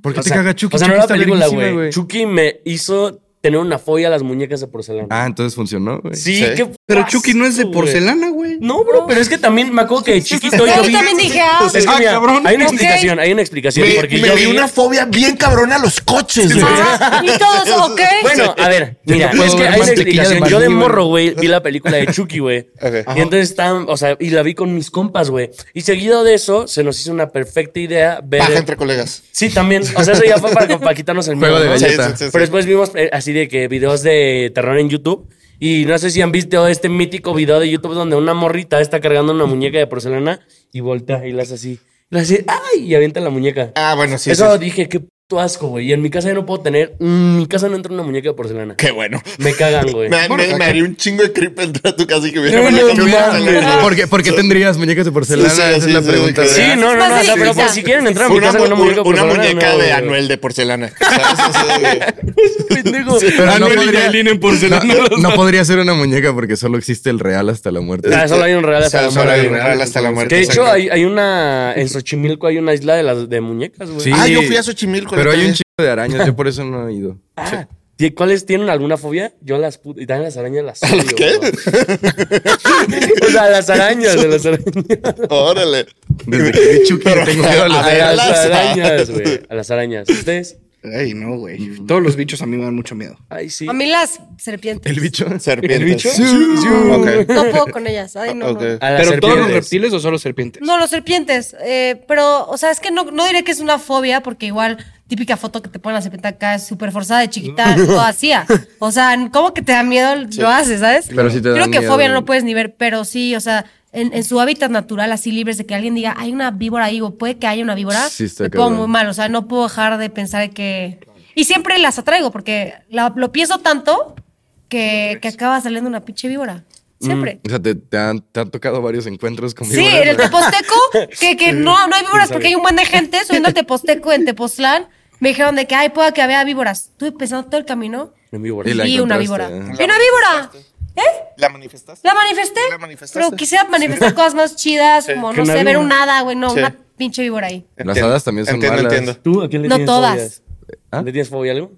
E: ¿Por qué
D: O
E: te
D: sea,
E: caga Chucky?
D: O sea, no era
E: Chucky está
D: película,
E: verguísima,
D: güey. Chucky me hizo tener una folla a las muñecas de porcelana.
E: Ah, entonces funcionó, güey.
D: sí,
A: sí.
D: qué
C: Pero
D: asco,
C: Chucky no es de
D: güey.
C: porcelana, güey.
D: No, bro, pero es que también me acuerdo que de chiquito yo
F: Yo
D: vi. Pues
F: también dije, ah,
D: Es que
C: Ah,
D: mira,
C: cabrón.
D: hay una
F: Ok.
D: explicación, hay una explicación.
A: Me,
D: porque
A: me
D: yo
A: dio una fobia bien cabrona a los coches, güey.
F: Ajá, Ah, y todos, ok.
D: Bueno, a ver, mira,
E: puedo
D: es que
E: ver
D: hay una
E: mantequilla de
D: explicación.
E: maní,
D: Yo de
E: güey.
D: morro, güey, vi la película
A: [laughs]
D: de Chucky, güey.
A: Ok.
D: Y entonces estaban, o sea, y la vi con mis compas, güey. Y seguido de eso, se nos hizo una perfecta idea ver.
A: Paja entre colegas.
D: Sí, también. O sea, eso ya fue para, para quitarnos el miedo.
E: Juego de
D: ¿no?
E: galleta.
A: Sí, sí, sí, sí.
D: Pero después vimos eh, así de que videos de terror en YouTube. Y no sé si han visto este mítico video de YouTube donde una morrita está cargando una muñeca de porcelana y voltea y la hace así. Y la hace, ¡ay! Y avienta la muñeca.
A: Ah, bueno, sí.
D: Eso
A: sí, sí.
D: dije, qué puto asco, güey. Y en mi casa yo no puedo tener. En mi casa no entra una muñeca de porcelana.
A: Qué bueno.
D: Me cagan, güey.
A: Me, me, me haría un chingo de creep entrar a tu casa y que hubiera
D: No,
A: una
D: no,
A: que hubiera
D: mames.
A: salido.
E: ¿Por qué, por qué tendrías muñecas de porcelana?
A: Sí, sí,
E: Esa
A: sí,
E: es la
A: sí,
E: pregunta.
A: sí,
E: güey.
D: Sí, no, no, no.
F: Más
D: o sea, pero
F: delicada.
D: por si quieren entrar a mi
A: Una,
D: casa con una
A: mu-
D: muñeca de
A: una
D: porcelana.
A: muñeca
D: no,
A: de
D: güey.
A: Anuel de porcelana. [laughs] ¿sabes? O sea,
D: Pendejo.
E: Pero Ah, no
C: Manuel y
E: podría,
C: Maylin en porcelana.
E: no- no podría ser una muñeca porque solo existe el real hasta la muerte.
D: Ah, solo hay un real
A: o
D: hasta
A: sea,
D: la
A: solo
D: muerte,
A: hay
D: güey.
A: real hasta la muerte.
D: Que de hecho
A: exacto.
D: hay, hay una. En Xochimilco hay una isla de las de muñecas, güey.
E: Sí,
A: Ah, yo fui a Xochimilco.
E: Pero
A: la
E: hay un
A: otra
E: chingo de arañas, yo por eso no he ido.
D: Ah, ¿tie- ¿Cuáles tienen alguna fobia? Yo las pu- y también las arañas las odio,
A: ¿Qué?
D: güey. [laughs] O sea, las arañas, de las arañas.
A: vez. Órale.
E: Desde que vi Chucky
A: Pero-
E: le tengo miedo a
A: a
E: las
A: ver,
E: arañas.
D: A las
A: las-
D: arañas, güey. A las arañas. ¿Ustedes?
C: Ay, no, güey. Todos los bichos a mí me dan mucho miedo.
D: Ay, sí.
F: A mí las serpientes.
E: El bicho.
A: Serpientes.
E: Ok.
F: No puedo con ellas. Ay, no. no.
A: Ok.
D: A
C: ¿Pero todos los
D: las serpientes.
C: reptiles o solo serpientes?
F: No, los serpientes. eh, pero, o sea, es que no, no diré que es una fobia, porque igual típica foto que te ponen la serpiente acá es súper forzada de chiquita, lo hacía. O sea, como que te da miedo, lo haces, ¿sabes?
E: Pero sí te da
F: Creo que
E: miedo.
F: fobia no lo puedes ni ver, pero sí, o sea, en, en su hábitat natural, así libres de que alguien diga, hay una víbora ahí, o puede que haya una víbora.
E: Sí, está
F: me pongo
E: cabrón.
F: muy mal, o sea, no puedo dejar de pensar que. Y siempre las atraigo, porque la- lo pienso tanto que, que acaba saliendo una pinche víbora. Siempre.
E: O sea, te, te han, te han tocado varios encuentros [laughs] conmigo.
F: Sí, en el Teposteco, que, que no, no hay víboras porque hay un buen de gente subiendo al Teposteco en Tepoztlán. Me dijeron de que, ay, pueda que había víboras. Estuve pensando todo el camino
D: En víboras.
E: Y la
F: y una víbora.
E: encontraste,
F: ¡Vi una víbora! ¿Eh?
A: ¿La manifestaste?
F: ¿La manifesté?
A: La manifestaste.
F: Pero quisiera manifestar cosas más chidas, como,
D: Que
F: no
D: una
F: sé, ver
D: víbora.
F: un hada, güey, no,
A: Sí.
F: una pinche víbora ahí.
E: Las hadas también son
A: entiendo,
E: malas.
A: Entiendo,
D: ¿Tú a quién le
F: No
D: tienes
F: todas.
D: fobias?
E: ¿Ah?
D: ¿Le tienes fobia a algo?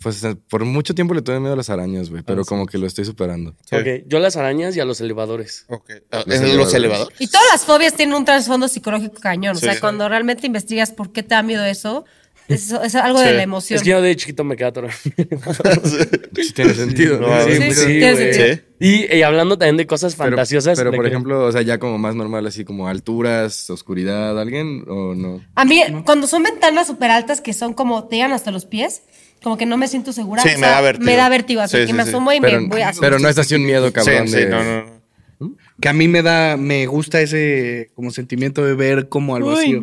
E: Pues eh, por mucho tiempo le tuve miedo a las arañas, güey,
A: Ah,
E: pero como que lo estoy superando.
A: Sí.
D: Ok, yo a las arañas y a los elevadores.
A: Ok. Ah, ¿En
E: Los
A: los
E: elevadores.
A: elevadores?
F: Y todas las fobias tienen un trasfondo psicológico cañón.
A: Sí.
F: o sea, cuando realmente investigas por qué te da miedo eso, es, es algo de
A: Sí.
F: la emoción.
D: Es que yo de chiquito me quedaba atorado.
E: Sí tiene sentido.
A: no,
E: ¿no?
A: sí,
E: mucho.
F: sí, tiene
D: güey.
A: sentido.
D: Y, y hablando también de cosas
E: Pero-
D: fantasiosas.
E: Pero,
D: de
E: por
D: que-
E: ejemplo, o sea, ya como más normal, así como alturas, oscuridad, ¿alguien o no?
F: A mí, cuando son ventanas súper altas que son como, te llegan hasta los pies, como que no me siento segura.
A: Sí,
F: O sea,
A: me da vértigo.
F: Me da vértigo, así
A: Sí,
F: que
A: sí,
F: me
A: sí.
F: asomo y
E: Pero,
F: me voy a asustar.
E: pero no es así un miedo, cabrón.
A: Sí, sí,
E: de-
A: no, no. no.
C: Que a mí me da, me gusta ese como sentimiento de ver como al vacío.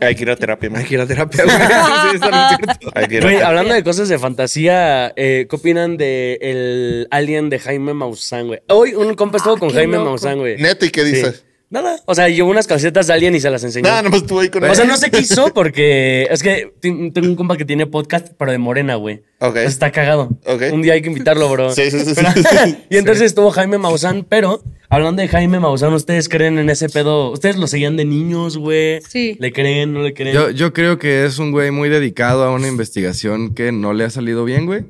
A: Hay que ir a terapia, man.
C: Hay que ir a terapia. güey. [laughs] Sí, eso no es cierto.
A: Hay que ir a
D: Güey,
A: [laughs] terapia.
D: hablando de cosas de fantasía, eh, ¿qué opinan de el alien de Jaime Maussan, güey? Hoy un compa estuvo con
F: Ah, qué
D: Jaime
F: loco.
D: Maussan, güey.
A: Neto, ¿y qué
D: Sí.
A: dices?
D: Nada. O sea, llevó unas calcetas de alien y se las enseñó.
A: Nada, nomás estuve ahí con
D: O sea, no
A: [laughs]
D: se quiso porque es que t- tengo un compa que tiene podcast, pero de morena, güey.
A: Ok.
D: Está cagado.
A: Ok.
D: Un día hay que invitarlo, bro.
A: Sí, sí, sí, sí.
D: Pero- [laughs] y entonces estuvo Jaime Maussan, pero hablando de Jaime Maussan, ¿ustedes creen en ese pedo? ¿Ustedes lo seguían de niños, güey?
F: Sí.
D: ¿Le creen? ¿No le creen?
E: Yo, yo creo que es un güey muy dedicado a una investigación que no le ha salido bien, güey.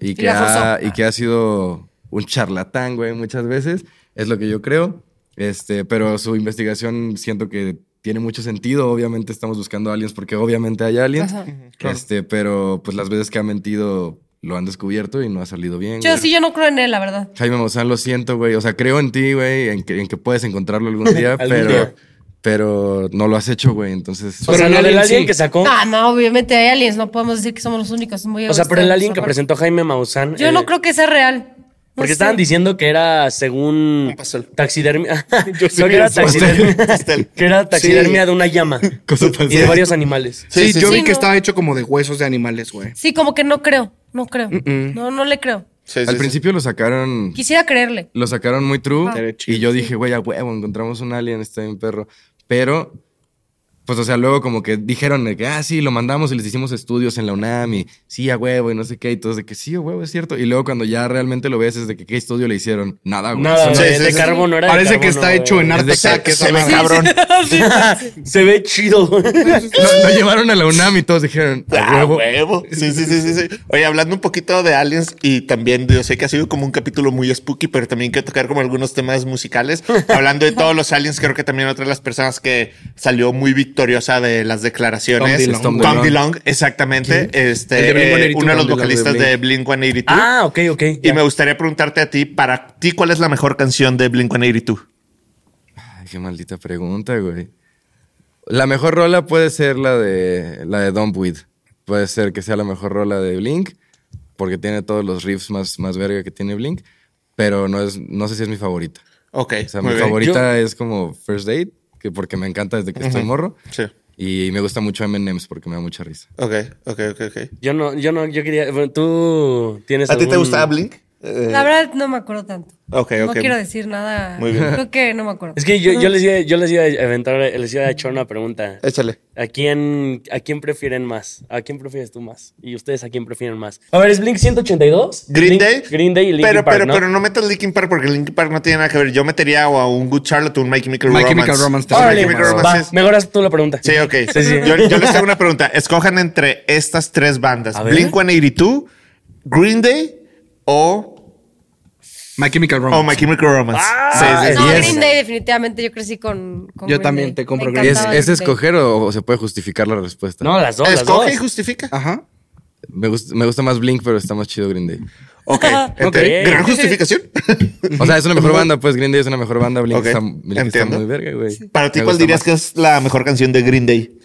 E: y, que
F: la
E: ha, y que ha sido un charlatán, güey, muchas veces. Es lo que yo creo. Este, pero su investigación siento que tiene mucho sentido. Obviamente estamos buscando aliens porque obviamente hay aliens. Este, pero pues las veces que ha mentido lo han descubierto y no ha salido bien.
F: Yo
E: güey.
F: sí, yo no creo en él, la verdad.
E: Jaime Maussan, lo siento, güey. O sea, creo en ti, güey, en que, en que puedes encontrarlo algún
D: [laughs]
E: día,
D: Algún
E: pero,
D: día.
E: pero no lo has hecho, güey. Entonces,
D: o sea,
C: Pero el
D: no del
C: alien
D: alien
C: sí.
D: que sacó.
F: Ah, no, obviamente hay aliens, no podemos decir que somos los únicos. es muy
D: o sea, pero el
F: egoísta
D: alien
F: de
D: que
F: nuestra
D: presentó Jaime Maussan.
F: parte. Yo
D: eh,
F: no creo que sea real. No
D: Porque
F: sé.
D: estaban diciendo que era según
A: pastel.
D: taxidermia.
A: [laughs] Yo sí
D: [laughs] No, que
A: vi
D: era
A: eso.
D: taxidermia.
A: Pastel.
D: [laughs] que era taxidermia de
A: [laughs]
D: una llama.
E: Cosa
D: y de
E: pastel.
D: varios animales.
C: Sí,
A: sí,
C: yo
A: sí.
C: vi
F: Sí,
C: que
F: no.
C: estaba hecho como de huesos de animales, güey.
F: Sí, como que no creo, no creo.
D: Mm,
F: No, no le creo.
A: Sí, sí,
E: al
A: sí. Ah.
E: principio lo sacaron,
F: Quisiera creerle.
E: lo sacaron muy true.
C: Estaría chido,
E: Y yo dije, güey, a huevo, encontramos un alien, está bien perro. Pero pues, o sea, luego como que dijeron de que, ah, sí, lo mandamos y les hicimos estudios en la UNAM y sí, a huevo y no sé qué, y todos de que sí, a huevo, es cierto. Y luego cuando ya realmente lo ves es de que, ¿qué estudio le hicieron? Nada, güey.
D: Nada,
E: O sea,
A: Sí,
D: güey,
A: sí,
D: de
A: sí.
D: carbono era de
C: Parece que
D: carbono,
C: está
D: güey.
C: hecho
D: [laughs]
C: en arte.
A: Es de
C: que
A: que
C: esa
A: se ve
C: madre.
A: cabrón.
D: Se
A: [laughs]
D: ve chido.
E: [laughs] lo, lo llevaron a la UNAM y todos dijeron, a
A: Ah,
E: huevo.
A: huevo. Sí, sí, sí, sí, sí. Oye, hablando un poquito de aliens y también yo sé que ha sido como un capítulo muy spooky, pero también quiero tocar como algunos temas musicales. [laughs] hablando de todos los aliens, creo que también otra de las personas que salió muy victoriosa de las declaraciones.
C: Tom DeLonge.
A: Tom
E: Tom
A: DeLonge, exactamente. Este,
B: El de Blink-182,
A: eh, uno
B: Tom
A: de los
B: DeLonge de
A: vocalistas de Blink 182.
D: ah, ok, ok.
A: Y
D: ya.
A: me gustaría preguntarte a ti, para ti, ¿cuál es la mejor canción de Blink 182?
E: Ay, qué maldita pregunta, güey. La mejor rola puede ser la de la de Don't Weed. Puede ser que sea la mejor rola de Blink, porque tiene todos los riffs más, más verga que tiene Blink, pero no es, no sé si es mi favorita.
A: Ok.
E: O sea,
A: muy
E: mi
A: bien.
E: favorita es como First Date, que porque me encanta desde que estoy morro.
A: Sí.
E: Y me gusta mucho M&M's porque me da mucha risa.
A: Ok, ok, ok, ok.
D: Yo no, yo no, yo quería. bueno, tú tienes.
A: ¿A ti te
D: algún-
A: gustaba Blink? Eh,
F: La verdad, no me acuerdo tanto.
A: ok, ok.
F: No quiero decir nada.
A: Muy bien.
F: Creo que no me acuerdo.
D: Es que yo,
A: [laughs]
D: yo les iba, yo les iba a aventar, les iba a echar una pregunta.
A: Échale.
D: ¿A quién, ¿A quién prefieren más? ¿A quién prefieres tú más? ¿Y ustedes a quién prefieren más? A ver, ¿es Blink 182?
A: Green
D: Blink-
A: Day.
D: Green Day y Linkin
A: pero,
D: Park,
A: pero,
D: ¿no?
A: pero no metas Linkin Park porque Linkin Park no tiene nada que ver. Yo metería o a un Good Charlotte o un My Chemical
C: My
A: Romance.
C: Chemical Romance
A: O sea, My
D: Órale,
A: Chemical
D: va,
A: Romance es-
D: mejoras tú la pregunta.
A: Sí, ok.
D: Sí, sí.
A: Yo, yo les tengo una pregunta. Escojan entre estas tres bandas.
D: A ver.
A: Blink-182, Green Day o,
C: My Chemical Romance.
A: o My Chemical Romance.
D: Ah,
A: sí, sí,
F: No,
A: sí.
E: Yes.
F: Green Day, definitivamente. Yo crecí con. con
C: Yo
F: Green
C: también
F: Day.
C: te compro
F: Me
C: Green Day.
E: ¿Es,
F: encantaba
E: es
F: Green Day.
E: escoger o, o se puede justificar la respuesta?
D: No, las dos, las dos.
A: Escoge y justifica.
C: Ajá.
E: Me, gust- me gusta más Blink, pero está más chido Green Day.
A: Ok.
D: Ah, Ok.
A: ente- Gran [laughs] justificación.
E: O sea, es una mejor banda, pues Green Day es una mejor banda. Blink,
A: Ok,
E: está, Blink está
A: entiendo.
E: muy verga, güey.
A: Para ti,
E: Me
A: ¿cuál
E: gusta
A: dirías
E: más.
A: que es la mejor canción de Green Day?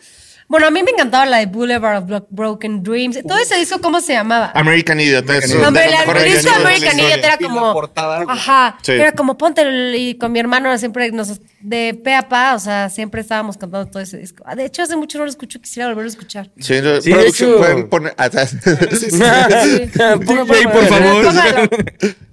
F: Bueno, a mí me encantaba la de Boulevard of Bro- Broken Dreams. Todo ese disco, ¿cómo se llamaba?
A: American Idiot. es
F: No,
A: Ah, de
F: hombre,
A: las
F: la-
A: mejores
F: el disco
A: canciones de la
F: American Idiot
A: historia.
F: era
C: Y la
F: como.
C: portada, güey.
F: ajá.
A: Sí.
F: Era como póntelo. Y con mi hermano siempre nos. De pe a pa, o sea, siempre estábamos cantando todo ese disco. Ah, De hecho, hace mucho no lo escucho. Quisiera volverlo a escuchar.
A: Sí, no,
D: Sí, de
A: producción,
D: hecho-
A: pueden poner. ah, sí,
D: [laughs]
A: sí, sí.
D: Ponga- ponga-
E: por favor.
F: Póngalo.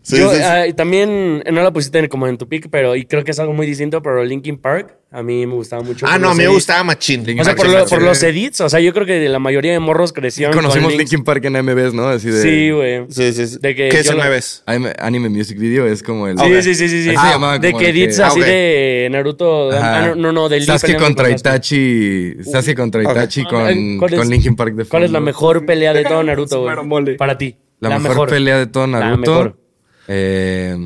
A: Sí,
D: Yo,
A: sí, sí.
D: ah, y también eh, no la pusiste en- como en tu pick, pero y creo que es algo muy distinto, pero Linkin Park a mí me gustaba mucho.
A: Ah,
D: por
A: no, a
D: los
A: mí me
D: edits.
A: gustaba Machín.
E: Linkin
D: O sea, por,
E: Park,
D: lo-
E: sí,
D: por
E: sí.
D: los edits, o sea, yo creo que la mayoría de morros crecieron
E: Conocimos
D: con Linkin-
E: Linkin Park en MBS, ¿no? Así de...
D: Sí, güey.
A: Sí, sí, sí.
D: De que
A: ¿Qué
D: yo
A: se
D: lo-
A: mueves?
E: Anime, anime Music Video es como el...
D: Sí, sí, sí, sí, sí.
E: Ah, Ahí se llamaba
D: de
E: como
D: que
E: de que-
D: edits
A: Ah,
D: así
A: ok.
D: de Naruto.
E: Ajá.
D: ah, no, no, no, de Lee
E: Sasuke
D: peleando
E: contra
D: con Sasuke.
E: Itachi. Sasuke contra
A: Ok.
E: Itachi con,
D: ¿Cuál es-
E: con Linkin Park de fondo.
D: ¿Cuál es la mejor pelea de todo Naruto,
C: Bueno,
D: güey?
C: mole.
D: Para ti.
E: La, mejor, pelea de todo
D: La
E: Naruto.
D: mejor.
E: Eh,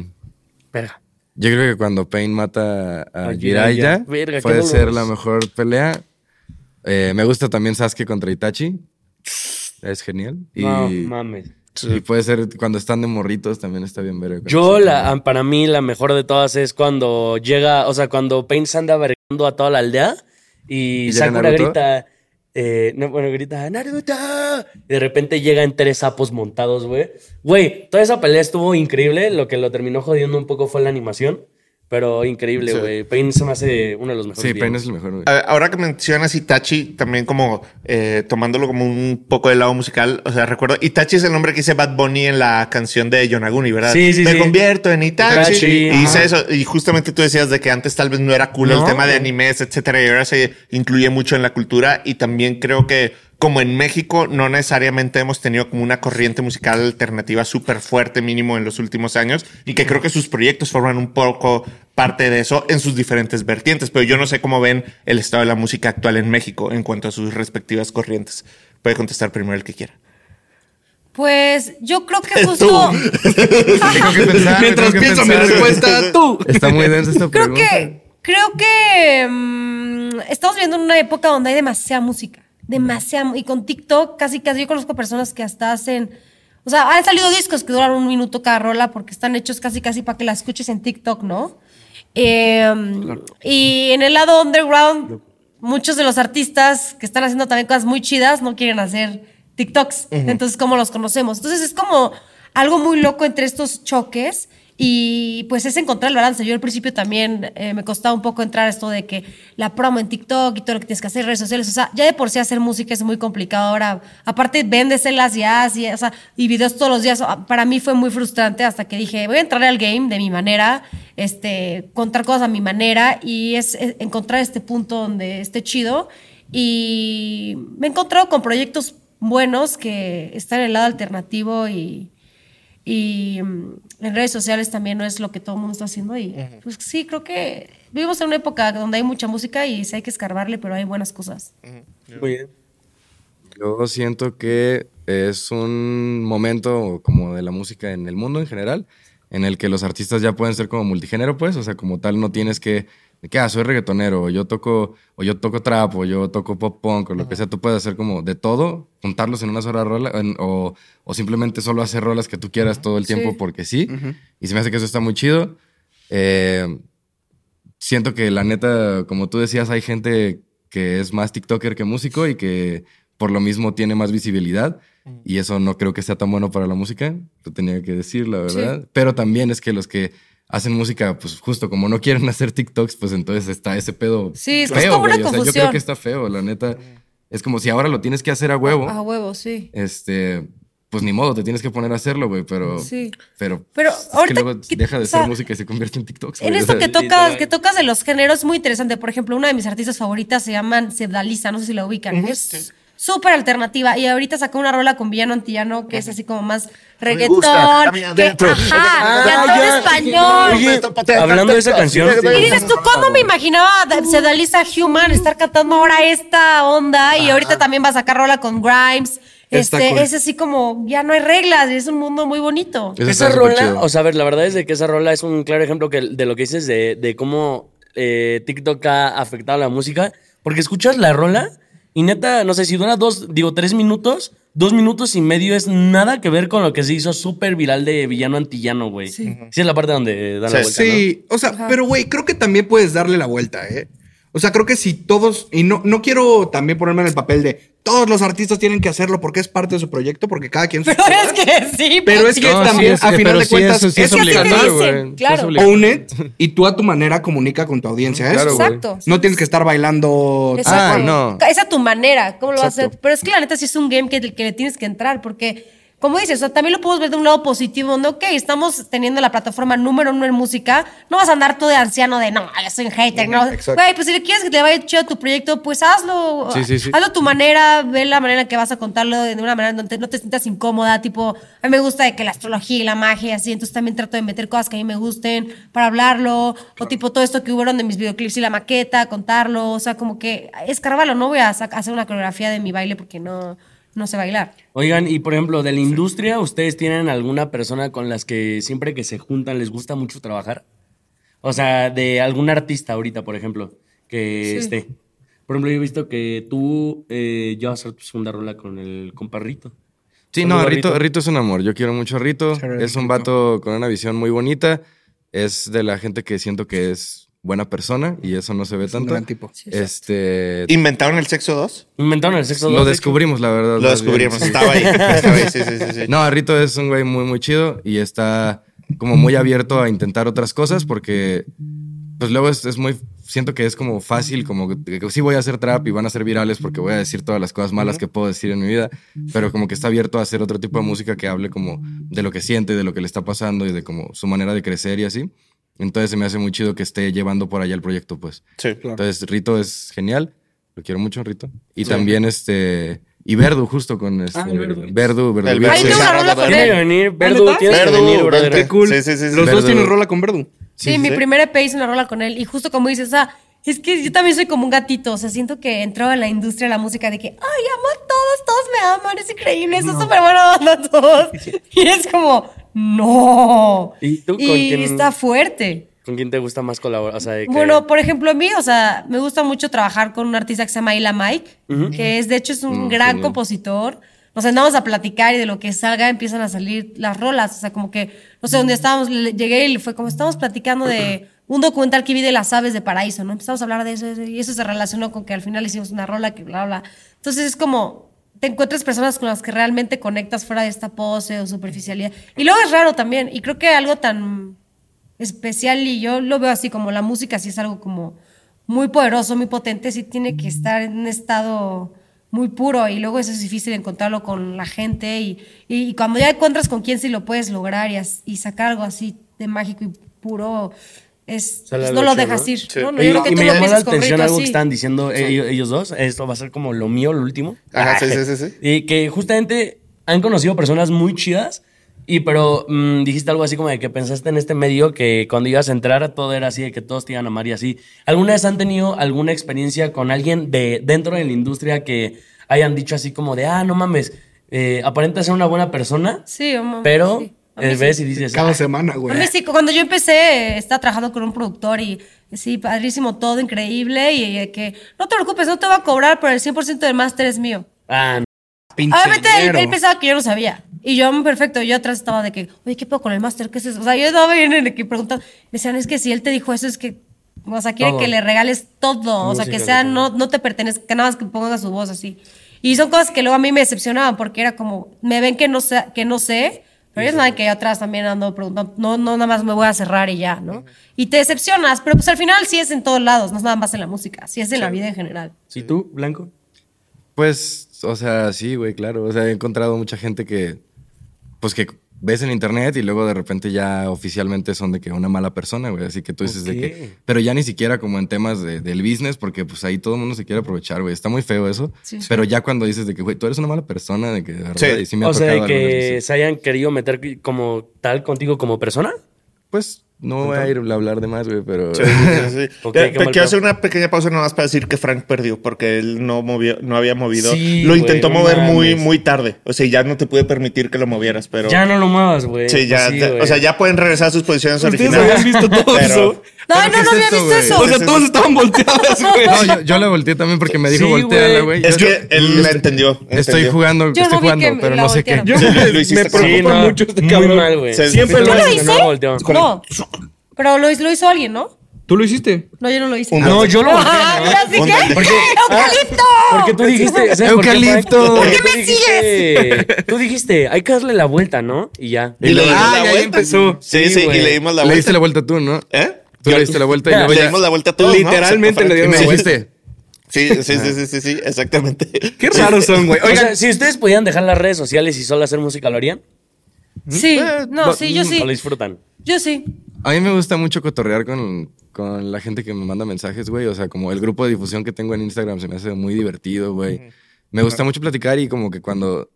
D: Verga.
E: yo creo que cuando Pain mata a
D: A
E: Jiraiya
D: Jiraiya. Verga, qué
E: puede ser la
D: doloroso.
E: mejor pelea. Eh, me gusta también Sasuke contra Itachi. Es genial. Y,
D: No mames.
E: y puede ser cuando están de morritos también está bien verga.
D: Yo, la, ah, para mí, la mejor de todas es cuando llega, o sea, cuando Pain se anda vergando a toda la aldea y,
E: ¿Y llega
D: Sakura
E: Naruto?
D: grita. eh, no, bueno, grita Naruto. Y de repente llegan tres sapos montados, güey. Güey, toda esa pelea estuvo increíble. Lo que lo terminó jodiendo un poco fue la animación. Pero increíble, güey. Pain se me hace uno de los mejores.
E: Sí, Pain
D: villanos.
E: es el mejor. güey.
A: A- Ahora que mencionas Itachi, también como eh, tomándolo como un poco del lado musical, o sea, recuerdo, Itachi es el nombre que hice Bad Bunny en la canción de Yonaguni, ¿verdad?
D: Sí, sí,
A: Me
D: sí.
A: convierto en Itachi.
D: Itachi,
A: y hice
D: ajá.
A: eso. Y justamente tú decías de que antes tal vez no era cool el
D: No.
A: tema de animes, etcétera, y ahora se incluye mucho en la cultura. Y también creo que como en México no necesariamente hemos tenido como una corriente musical alternativa súper fuerte mínimo en los últimos años y que creo que sus proyectos forman un poco parte de eso en sus diferentes vertientes, pero yo no sé cómo ven el estado de la música actual en México en cuanto a sus respectivas corrientes. Puede contestar primero el que quiera.
F: Pues yo
A: [laughs]
F: creo que justo.
E: Tengo que
D: [laughs]
C: [laughs]
E: pensar,
C: Mientras
E: tengo que
C: pienso mi
E: pensar.
C: respuesta, tú.
E: Está muy densa esta
F: creo
E: pregunta.
F: que. Creo que. mm, estamos viviendo en una época donde hay demasiada música. Demasiada. mu- Y con TikTok, casi, casi. Yo conozco personas que hasta hacen. O sea, han salido discos que duran un minuto cada rola porque están hechos casi, casi para que la escuches en TikTok, ¿no? Eh, Y en el lado underground, muchos de los artistas que están haciendo también cosas muy chidas no quieren hacer TikToks. Entonces, ¿cómo los conocemos? Entonces, es como algo muy loco entre estos choques y pues es encontrar el balance. Yo al principio también eh, me costaba un poco entrar a esto de que la promo en TikTok y todo lo que tienes que hacer, redes sociales. O sea, ya de por sí hacer música es muy complicado ahora. Aparte, véndeselas y haz y, o sea, y videos todos los días. Ah, Para mí fue muy frustrante hasta que dije, voy a entrar al game de mi manera, este, contar cosas a mi manera y es, es encontrar este punto donde esté chido Y me he encontrado con proyectos buenos que están en el lado alternativo y, y mm, en redes sociales también no es lo que todo el mundo está haciendo. Y pues sí, creo que vivimos en una época donde hay mucha música y sí hay que escarbarle, pero hay buenas cosas.
D: Muy bien.
E: Yo siento que es un momento como de la música en el mundo en general, en el que los artistas ya pueden ser como multigénero, pues, o sea, como tal no tienes que, de que, ah, soy reggaetonero, o yo toco, o yo toco trap, o yo toco pop punk, o lo que sea, tú puedes hacer como de todo, juntarlos en una sola rola, en- o, o simplemente solo hacer rolas que tú quieras todo el tiempo
F: Sí.
E: porque sí, y se me hace que eso está muy chido. Eh, siento que la neta, como tú decías, hay gente que es más TikToker que músico y que por lo mismo tiene más visibilidad.
F: Mm.
E: Y eso no creo que sea tan bueno para la música. Lo tenía que decir, la verdad. Pero también es que los que hacen música, pues justo como no quieren hacer TikToks, pues entonces está ese pedo.
F: Sí, es que es como una
E: güey. O sea, yo creo
F: confusión.
E: que está feo, la neta. Es como si ahora lo tienes que hacer a huevo.
F: A huevo, sí.
E: Este, pues ni modo, te tienes que poner a hacerlo, güey. Pero.
F: Sí.
E: Pero.
F: Pero
E: es que
F: ahorita
E: luego
F: que-
E: deja de
F: o
E: ser
F: sea,
E: música y se convierte en TikToks.
F: En
E: güey. O
F: esto
E: sea,
F: que
E: sí.
F: tocas, que tocas de los géneros es muy interesante. Por ejemplo, una de mis artistas favoritas se llaman Sebdalisa, no sé si la ubican. Es súper alternativa. Y ahorita sacó una rola con Villano Antillano que es así como más
A: gusta,
F: reggaetón.
A: dame
F: Que,
A: adentro.
F: ajá,
A: Ah,
F: cantó en
D: ya.
F: español.
A: Oye,
D: hablando de esa canción,
F: Y dices tú, ¿cómo me imaginaba a Sedalisa Human estar cantando ahora esta onda? Y ahorita también va a sacar rola con Grimes.
C: Está
F: Este,
C: cool.
F: Es así como, ya no hay reglas, es un mundo muy bonito.
E: Eso
D: Esa
E: está súper
D: rola,
E: chido.
D: o sea, a ver, la verdad es de que esa rola es un claro ejemplo que- de lo que dices de, de cómo eh, TikTok ha afectado la música. Porque escuchas la rola y neta, no sé, si dura dos, digo, tres minutos, dos minutos y medio es nada que ver con lo que se hizo súper viral de Villano Antillano, güey. Sí. es la parte donde da la
A: Sí,
D: vuelta,
C: Sí, o sea, pero güey, creo que también puedes darle la vuelta, ¿eh? O sea, creo que si todos, y no, no quiero también ponerme en el papel de todos los artistas tienen que hacerlo porque es parte de su proyecto, porque cada quien... su-
F: Pero [laughs] es que sí.
C: Pero es
F: papi.
C: que
E: No, Ah, sí,
C: también,
E: es
C: a
E: que-
C: final
E: pero
C: de
E: sí,
C: cuentas,
E: eso sí
C: es
E: es
F: que así te
E: obligatorio,
F: dicen,
E: güey. Sí es
F: claro.
E: obligatorio.
C: own it y tú a tu manera comunica con tu audiencia, ¿eh?
E: Claro, güey.
F: Exacto.
C: No tienes que estar bailando...
E: Ah, no.
F: Es a tu manera, ¿cómo lo vas a
E: Exacto.
F: hacer? Pero es que la neta sí es un game que, que le tienes que entrar, porque, como dices, o sea, también lo podemos ver de un lado positivo, donde, ok, estamos teniendo la plataforma número uno en música, no vas a andar tú de anciano de, no, yo soy un hater, no.
C: exacto.
F: Güey, pues si le quieres que te vaya chido tu proyecto, pues hazlo.
E: Sí, sí, sí.
F: Hazlo a tu manera, ve la manera en que vas a contarlo de una manera donde no te sientas incómoda, tipo, a mí me gusta de que la astrología y la magia, así, entonces también trato de meter cosas que a mí me gusten para hablarlo, o tipo todo esto que hubo de mis videoclips y la maqueta, contarlo, o sea, como que escárvalo, no voy a sa- hacer una coreografía de mi baile porque no, no sé bailar.
D: Oigan, y por ejemplo, de la industria, ¿ustedes tienen alguna persona con las que siempre que se juntan les gusta mucho trabajar? O sea, de algún artista ahorita, por ejemplo, que esté. Por ejemplo, yo he visto que tú eh, ya vas a hacer tu segunda rola con el comparrito.
E: Sí,
D: Saludo
E: no,
D: a
E: Rito,
D: Rito.
E: Rito es un amor. Yo quiero mucho a Rito.
C: Saludos,
E: Es un
C: Rito.
E: vato con una visión muy bonita. Es de la gente que siento que es buena persona y eso no se ve
C: Un
E: tanto.
C: gran tipo.
E: Este.
A: ¿Inventaron el sexo 2?
D: Inventaron el sexo.
E: Lo
D: dos, de
E: descubrimos, la verdad.
A: Lo
E: más bien,
A: descubrimos,
E: sí.
A: estaba ahí. Estaba ahí, sí, sí, sí. sí.
E: [laughs] No, Rito es un güey muy, muy chido y está como muy abierto a intentar otras cosas porque, pues luego es, es muy. Siento que es como fácil, como que que sí voy a hacer trap y van a ser virales porque voy a decir todas las cosas malas que puedo decir en mi vida, pero como que está abierto a hacer otro tipo de música que hable como de lo que siente, de lo que le está pasando y de como su manera de crecer y así. Entonces se me hace muy chido que esté llevando por allá el proyecto, pues.
A: Sí.
E: Entonces, Rito es genial. Lo quiero mucho, Rito. Y también este. Y Verdu, justo
D: Ah,
E: con este. Verdu, Verdu, Verdu.
A: El
E: Beats,
A: Verdu.
E: sí.
F: Ahí tengo una rola con
D: Tiene que
F: él.
D: venir, Verdu,
C: ¿neta?
D: tiene que
A: Verdu,
D: venir, brother.
A: vente.
C: Cool.
A: Sí, sí, sí, sí.
C: Los
E: Verdu.
C: dos tienen rola con Verdu.
F: Sí, mi primer EP hice una rola con él. Y justo como dices, o sea, es que yo también soy como un gatito. O sea, siento que entró en la industria de la música de que, ay, amo a todos, todos me aman, es increíble, son súper buena onda todos. [laughs] Y es como, no.
D: ¿Y tú con
F: Y
D: quién?
F: está fuerte.
D: ¿Con quién te gusta más colaborar? O sea, de que-
F: Bueno, por ejemplo, a mí, o sea, me gusta mucho trabajar con un artista que se llama Ila Mike, que es, de hecho, es
D: Mm,
F: un gran compositor. Nos sentamos a platicar y de lo que salga empiezan a salir las rolas. O sea, como que, no sé,
D: Mm.
F: donde estábamos, le- llegué y fue como, estábamos platicando
D: [clears throat]
F: de un documental que vi de las aves de paraíso, ¿no? Empezamos a hablar de eso, de eso, y eso se relacionó con que al final hicimos una rola que bla, bla. Entonces es como, te encuentras personas con las que realmente conectas fuera de esta pose o superficialidad. Y luego es raro también, y creo que algo tan especial y yo lo veo así como la música sí es algo como muy poderoso, muy potente, sí tiene que estar en un estado muy puro y luego eso es difícil encontrarlo con la gente y, y- y cuando ya encuentras con quién sí lo puedes lograr y, as- y sacar algo así de mágico y puro es,
D: Sale
F: pues,
D: al
F: no lo
D: ocho,
F: dejas
D: ¿no?
F: ir.
A: Sí.
F: ¿no? Yo
D: Oye,
F: creo que
D: y
F: tú
D: me
F: lo
D: llamó la
F: piensas con
D: atención
F: Rick
D: algo
F: así.
D: que estaban diciendo eh, ellos, ellos dos. Esto va a ser como lo mío, lo último.
A: Ajá, sí, sí, sí, sí.
D: [laughs] Y que justamente han conocido personas muy chidas. Y pero mm, dijiste algo así como de que pensaste en este medio que cuando ibas a entrar todo era así, de que todos te iban a amar y así. ¿Alguna vez han tenido alguna experiencia con alguien de dentro de la industria que hayan dicho así como de, ah, no mames, eh, aparenta ser una buena persona,
F: Sí, mamá,
D: pero
F: sí. A mí
D: eh,
F: sí.
D: ves y dices,
C: Cada
D: "Ah,
C: semana, güey.
F: A mí sí, cuando yo empecé, eh, estaba trabajando con un productor y sí, padrísimo todo, increíble. Y eh, que no te preocupes, no te va a cobrar, pero el 100% del máster es mío.
D: ah, no".
C: Pinche
F: Obviamente él,
C: dinero.
F: él pensaba que yo no sabía. Y yo, mm, perfecto, yo atrás estaba de que, oye, ¿qué puedo con el máster? ¿Qué es eso? O sea, yo estaba bien en el que preguntando. Me decían, es que si él te dijo eso, es que, o sea, quiere
D: Todo.
F: que le regales todo. O sea, que
D: Música,
F: sea,
D: todo.
F: no, no te pertenezca, que nada más que pongas su voz así. Y son cosas que luego a mí me decepcionaban porque era como, me ven que no sé, que no sé, pero ellos saben que yo atrás también ando preguntando, no, no, nada más me voy a cerrar y ya, ¿no? Y te decepcionas, pero pues al final sí es en todos lados, no es nada más en la música, sí es en la vida en general.
D: ¿Sí tú, Blanco?
E: Pues, o sea, sí, güey, claro. O sea, he encontrado mucha gente que, pues que ves en internet y luego de repente ya oficialmente son de que una mala persona, güey. Así que tú dices de
D: Ok.
E: que... Pero ya ni siquiera como en temas de- del business, porque pues ahí todo el mundo se quiere aprovechar, güey. Está muy feo eso.
F: Sí.
E: Pero ya cuando dices de que, güey, tú eres una mala persona, de que de verdad,
A: Sí.
E: y sí me ha
D: o sea,
E: tocado algunas
D: que
E: veces.
D: se hayan querido meter como tal contigo como persona.
E: Pues no voy a ir a hablar de más, güey, pero...
A: Sí, sí, sí, sí.
D: Ok,
A: Ya,
D: qué
A: pe-
D: mal
A: quiero hacer
D: pedo.
A: una pequeña pausa nomás para decir que Frank perdió porque él no movió, no había movido.
D: Sí,
A: lo
D: güey,
A: intentó
D: no
A: mover muy,
D: mames.
A: muy tarde. O sea, ya no te pude permitir que lo movieras, pero.
D: Ya no lo muevas, güey.
A: Sí, ya.
D: Pues sí,
A: ya-
D: güey.
A: o sea, ya pueden regresar a sus posiciones
C: Ustedes
A: originales.
C: habían visto todo
A: Pero-
C: eso.
F: No,
E: ¿Pero qué
F: no, no
E: es
F: había
E: esto,
F: visto
E: güey?
F: eso.
C: O sea, todos estaban volteados,
F: [laughs]
C: güey.
E: No, yo, yo la volteé también porque me dijo,
D: Sí,
E: volteala,
D: güey.
E: güey.
A: Es
E: Yo-
A: que él la entendió.
E: Estoy
A: entendió.
E: jugando,
F: Yo no
E: estoy
F: vi que
E: jugando,
F: me
E: pero
F: la
E: no sé qué.
F: voltearon.
C: Yo
E: [laughs]
A: Sí,
C: me,
A: lo
C: me
A: hiciste,
C: preocupa
D: Sí, no,
C: mucho este
D: muy
C: cabrón.
D: mal, güey.
A: Se-
C: Siempre
A: se-
C: lo
F: ¿Yo lo
C: hace.
A: se-
F: hice?
D: no volteó.
F: No. Pero lo, hizo- lo hizo alguien, ¿no?
C: ¿Tú lo hiciste?
F: No, yo no lo hice.
A: Un-
D: No, yo lo volteé.
F: Ah,
D: ¿no?
F: mira, ¿sí
A: Un-
F: qué?
A: ¿Por qué?
F: ¡Eucalipto!
D: Porque tú dijiste. ¿sabes por qué, Frank?
E: ¡Eucalipto!
D: Porque
F: ¿Por qué
D: tú
F: me
D: dijiste- Tú dijiste, hay que darle la vuelta, ¿no? Y ya.
A: Y le
E: Ah,
A: dimos la
E: ya, ya
A: vuelta.
E: empezó.
A: Sí,
D: Sí,
A: sí, y
D: güey.
A: le dimos la
E: Le diste
A: vuelta.
E: la vuelta tú, ¿no?
A: ¿Eh?
E: Tú le diste la vuelta y luego
A: Le
E: ya-
A: dimos la vuelta a todos. ¿no?
C: Literalmente le
E: Y
C: dieron
E: me
C: la vuelta.
E: dijiste,
A: Sí, sí, sí, sí, sí, sí, exactamente.
C: Qué raros son, güey.
D: O
C: Oigan,
D: sea, si ustedes pudieran dejar las redes sociales y solo hacer música, ¿lo harían?
F: Sí, no,
E: va-
F: sí, yo sí.
D: ¿O lo disfrutan?
F: Yo sí.
E: a mí me gusta mucho cotorrear con, con la gente que me manda mensajes, güey. O sea, como el grupo de difusión que tengo en Instagram se me hace muy divertido, güey. Me gusta mucho platicar y como que cuando...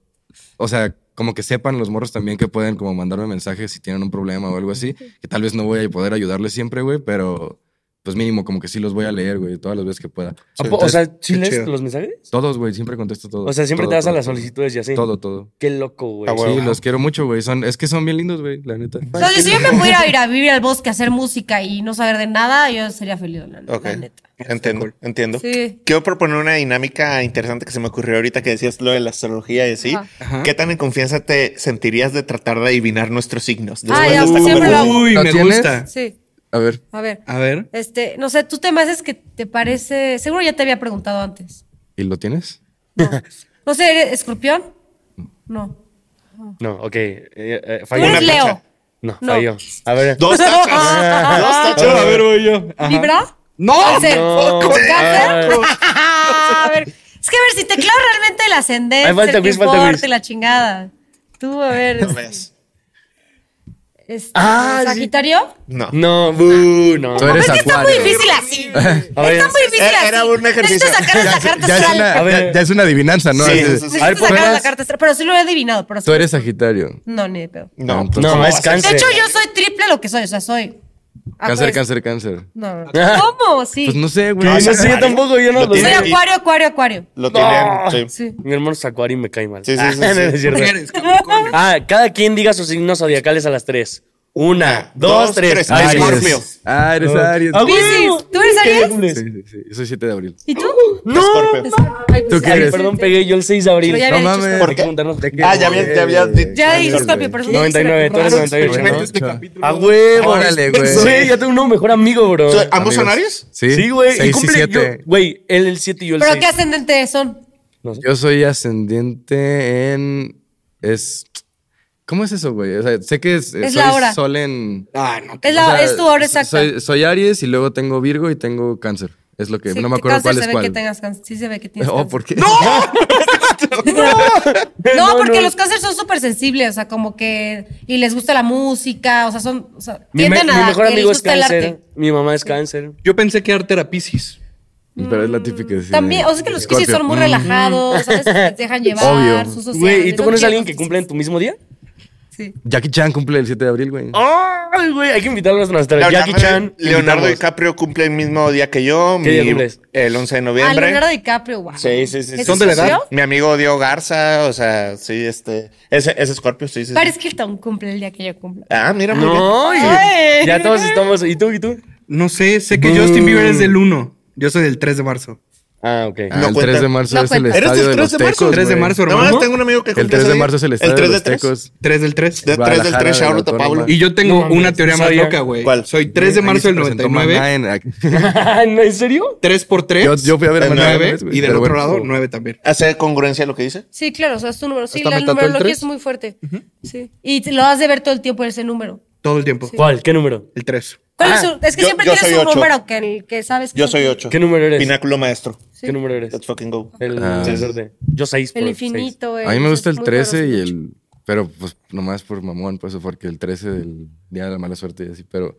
E: O sea, como que sepan los morros también que pueden como mandarme mensajes si tienen un problema o algo así. Que tal vez no voy a poder ayudarles siempre, güey, pero... Pues mínimo, como que sí los voy a leer, güey, todas las veces que pueda.
D: ¿A po- o sea, ¿sí
C: qué
D: lees
C: chido.
D: los mensajes?
E: Todos, güey, siempre contesto todo.
D: O sea, siempre
E: Todo,
D: te das a
E: todo,
D: las
E: todo.
D: solicitudes y así.
E: Todo, todo.
D: Qué loco, güey.
A: Ah,
E: Sí,
A: Wow.
E: los quiero mucho, güey. Son, es que son bien lindos, güey, la neta.
F: O sea, si yo me pudiera ir a vivir al bosque a hacer música y no saber de nada, yo sería feliz, la, la
A: Ok,
F: neta.
A: entiendo, entiendo.
F: Sí.
A: Quiero proponer una dinámica interesante que se me ocurrió ahorita que decías lo de la astrología y así.
F: Ajá.
A: ¿Qué tan en confianza te sentirías de tratar de adivinar nuestros signos?
F: Ah,
A: después de
F: ya,
A: esta
F: siempre lo hago.
A: conversación?
C: uy,
E: ¿Lo
C: me
E: tienes?
C: gusta.
F: Sí,
E: A ver.
F: a ver.
C: A ver.
F: Este, no sé, tú te me haces que te parece. Seguro ya te había preguntado antes.
E: ¿Y lo tienes?
F: No, no sé, ¿eres escorpión? No.
D: No, ok. eh, eh,
F: Tú
D: falló.
A: Una
F: eres Leo.
A: tacha.
D: No,
F: No.
D: falló. A ver.
A: Dos tachas. Dos tachas.
C: A ver, voy yo. Ajá.
F: ¿Libra?
C: ¡No!
F: ¿Cáncer?
D: No.
F: ¿Cáncer?
D: Ay.
F: [laughs] a ver, es que a ver, si te clavo realmente el ascendente,
D: Ahí falta
F: el que
D: Luis, falta
F: importa,
D: Luis.
F: la chingada. Tú, a ver,
A: No
F: este,
A: ves.
F: este,
D: Ah, sí.
F: ¿Sagitario?
A: No.
D: No, bu, no.
E: Tú eres
F: Es que está muy
E: acuario.
F: difícil así.
D: [laughs] A ver.
F: Está muy difícil
A: Era-
F: así.
A: era un ejercicio.
F: Necesitas sacar la carta
E: Ya es,
F: astral.
E: una,
D: A ver.
E: ya- ya es una adivinanza, ¿no?
A: Sí,
E: Así de-
A: sí, sí.
D: A ver,
F: Necesitas sacar la
D: ponlas.
F: carta astral. Pero sí lo he adivinado, pero sí.
E: Tú eres Sagitario.
F: No, ni de pedo.
A: No,
E: No,
A: pues,
D: no,
A: ¿cómo
D: es
A: vas a-
D: cáncer.
F: De hecho, yo soy triple lo que soy. O sea, soy...
E: Cáncer,
F: Acuario.
E: cáncer, cáncer.
D: [laughs]
F: No, no, no. ¿Cómo? Ah, pues. Sí.
E: Pues no sé, güey.
D: No,
A: ¿Qué?
D: no sé, yo tampoco, yo no
A: Lo
D: lo
F: soy
A: tiene-
D: sé.
A: y-
F: acuario, acuario, acuario.
A: Lo tienen. sí.
F: Sí.
D: Mi hermano es acuario y me cae mal.
A: Sí, sí, sí,
D: Ah, [laughs] no,
A: sí.
D: no es cierto.
C: Eres Capricornio.
D: Ah, cada quien diga sus signos zodiacales a las tres. Una, dos,
A: Ah, dos,
D: tres.
A: tres.
D: Ay,
A: Ay,
D: sí.
A: Scorpio.
E: Aries. Ah, eres Aries.
D: Ah, güey.
F: Piscis, ¿tú eres Aries?
E: Sí, sí, sí. Yo soy 7 de abril.
F: ¿Y tú?
D: No.
A: Scorpio.
F: Ay, pues,
E: ¿Tú qué
F: ay,
E: eres?
D: Perdón, pegué yo el 6 de abril.
F: Pero ya
E: No
F: había dicho
E: mames.
D: Hay
A: ¿Por
D: que
A: qué?
D: juntarnos.
E: Te
A: Ah,
E: quedó
A: ya habías- ya habías
E: bien, güey.
A: dicho.
F: Ya
E: Ay,
F: dijiste
E: güey.
F: Scorpio, pero eso ya
D: 99, tú
F: dijiste
D: eres
F: la-
D: 98,
E: Bueno,
D: ¿no?
E: este capítulo-
D: A huevo.
E: Órale, güey.
D: Ah, Sí, yo tengo un nuevo mejor amigo, bro.
A: So, ¿Ambos son
E: Amigos.
A: Aries?
E: Sí.
D: Sí, güey. y
E: Seis y
D: cumple yo-
E: 7.
D: Güey, él el 7 y yo el 6.
F: ¿Pero qué ascendente son?
E: Yo soy ascendiente en. Es. ¿Cómo es eso, güey? O sea, sé que es,
F: Es
E: soy
F: la hora.
E: sol en.
C: Ah, no.
F: Es,
E: O
F: la,
E: sea,
F: es tu hora exacta.
E: Soy, soy Aries y luego tengo Virgo y tengo Cáncer. Es lo que.
F: Sí,
E: no me
F: que
E: acuerdo
F: cáncer
E: cuál
F: se
E: es
F: ve
E: cuál.
F: Que tengas cáncer. Sí se ve que
E: [laughs]
F: tienes
E: Oh,
F: cáncer.
E: ¿por qué? ¡No!
F: No,
D: No,
F: porque
D: no.
F: los cánceres son súper sensibles, o sea, como que. Y les gusta la música, o sea, son. O sea,
D: Mi, me-
F: tienden a
D: mi mejor
F: que les
D: amigo es
F: gusta el
D: cáncer.
F: arte.
D: Mi mamá es cáncer.
C: Yo pensé que arte era Pisces.
E: Pero es la típica. sí,
F: También,
E: de-
F: o sea, que los
E: Scorpio.
F: Pisces son muy
E: Mm.
F: relajados, ¿sabes? Se
E: [laughs]
F: dejan llevar,
E: Obvio.
F: sus
D: Güey, ¿y tú
F: son
D: conoces a alguien que
F: tiernos,
D: cumple en tu mismo día?
F: Sí.
E: Jackie Chan cumple el 7 de abril,
D: Oh,
E: güey.
D: ¡Ay, güey! Hay que invitarlos a nuestra Jackie Chan.
A: Leonardo
D: invitamos.
A: DiCaprio cumple el mismo día que yo.
D: ¿Qué
A: mi-
D: día cumples?
A: El 11 de
F: Ah,
A: noviembre.
F: Leonardo DiCaprio, wow.
A: Sí, sí, sí, sí.
C: ¿Son de la edad?
F: socio?
A: Mi amigo Dio Garza, o sea, sí, este. Ese, ese Scorpio, sí, sí. sí.
F: Paris Hilton cumple el día que yo cumplo.
A: Ah, mira, muy bien.
D: No, y-
F: Ay.
D: ya todos estamos. ¿Y tú? ¿Y tú?
C: No sé, sé que Justin Bieber es del 1. Yo soy del 3 de marzo.
D: Ah, ok.
E: Ah,
A: No
E: el
A: cuenta.
E: 3 de marzo
F: No
E: es el
F: cuenta.
A: ¿Eres
E: estadio
A: del
E: de
A: 3
E: los
A: de marzo?
E: tecos,
C: 3 de
E: güey.
C: marzo,
A: Nada
C: hermano.
A: más tengo un amigo que
E: El
A: cumple
E: 3
A: ese
E: de
A: día.
E: marzo es el
A: El
E: estadio
A: 3
E: de
A: de
E: los
A: 3.
E: tecos.
C: 3 del 3.
A: De 3 del 3,
E: Guadalajara, de la
A: Shauroto
E: Autónoma.
A: Pablo.
C: Y yo tengo
D: No mames,
C: una teoría
D: no
C: más
D: sabía.
C: loca, güey.
A: ¿Cuál?
C: Soy 3 de
E: Ahí
C: marzo
E: se
C: del
E: presentó eh.
C: 99,
E: Maná
D: [laughs]
E: en-
D: ¿No, ¿En serio?
C: 3 por 3,
E: Yo, yo fui a ver a Maná
C: 9
E: una vez, güey,
C: y del
E: pero
C: otro
E: bueno.
C: lado 9 también.
A: ¿Hace congruencia lo que dice?
F: Sí, claro, o sea, es tu número. Sí,
C: Hasta
F: la
C: me tatué el
F: numerología
C: tres.
F: es muy fuerte. Sí. Y te- lo has de ver todo el tiempo ese número.
C: Todo el tiempo.
D: ¿Cuál? ¿Qué número?
C: El 3.
F: ¿Cuál
A: Ah,
F: es, su- es que
A: yo-
F: siempre
A: yo
F: tienes
A: soy
F: un
A: ocho.
F: número que, el que sabes que
A: Yo
F: es
A: soy
F: el-
A: 8.
D: ¿Qué número eres?
A: Pináculo maestro.
D: ¿Qué número eres?
A: Let's fucking go.
D: El
E: Ah.
D: sacerdote. Yo seis. por
F: El
D: seis.
F: infinito. eh,
E: A mí me
F: es
E: gusta el
F: Pues, muy
E: 13 y
F: poderoso.
E: el... Pero pues nomás por mamón, pues porque el 13 del Día de la Mala Suerte y así, pero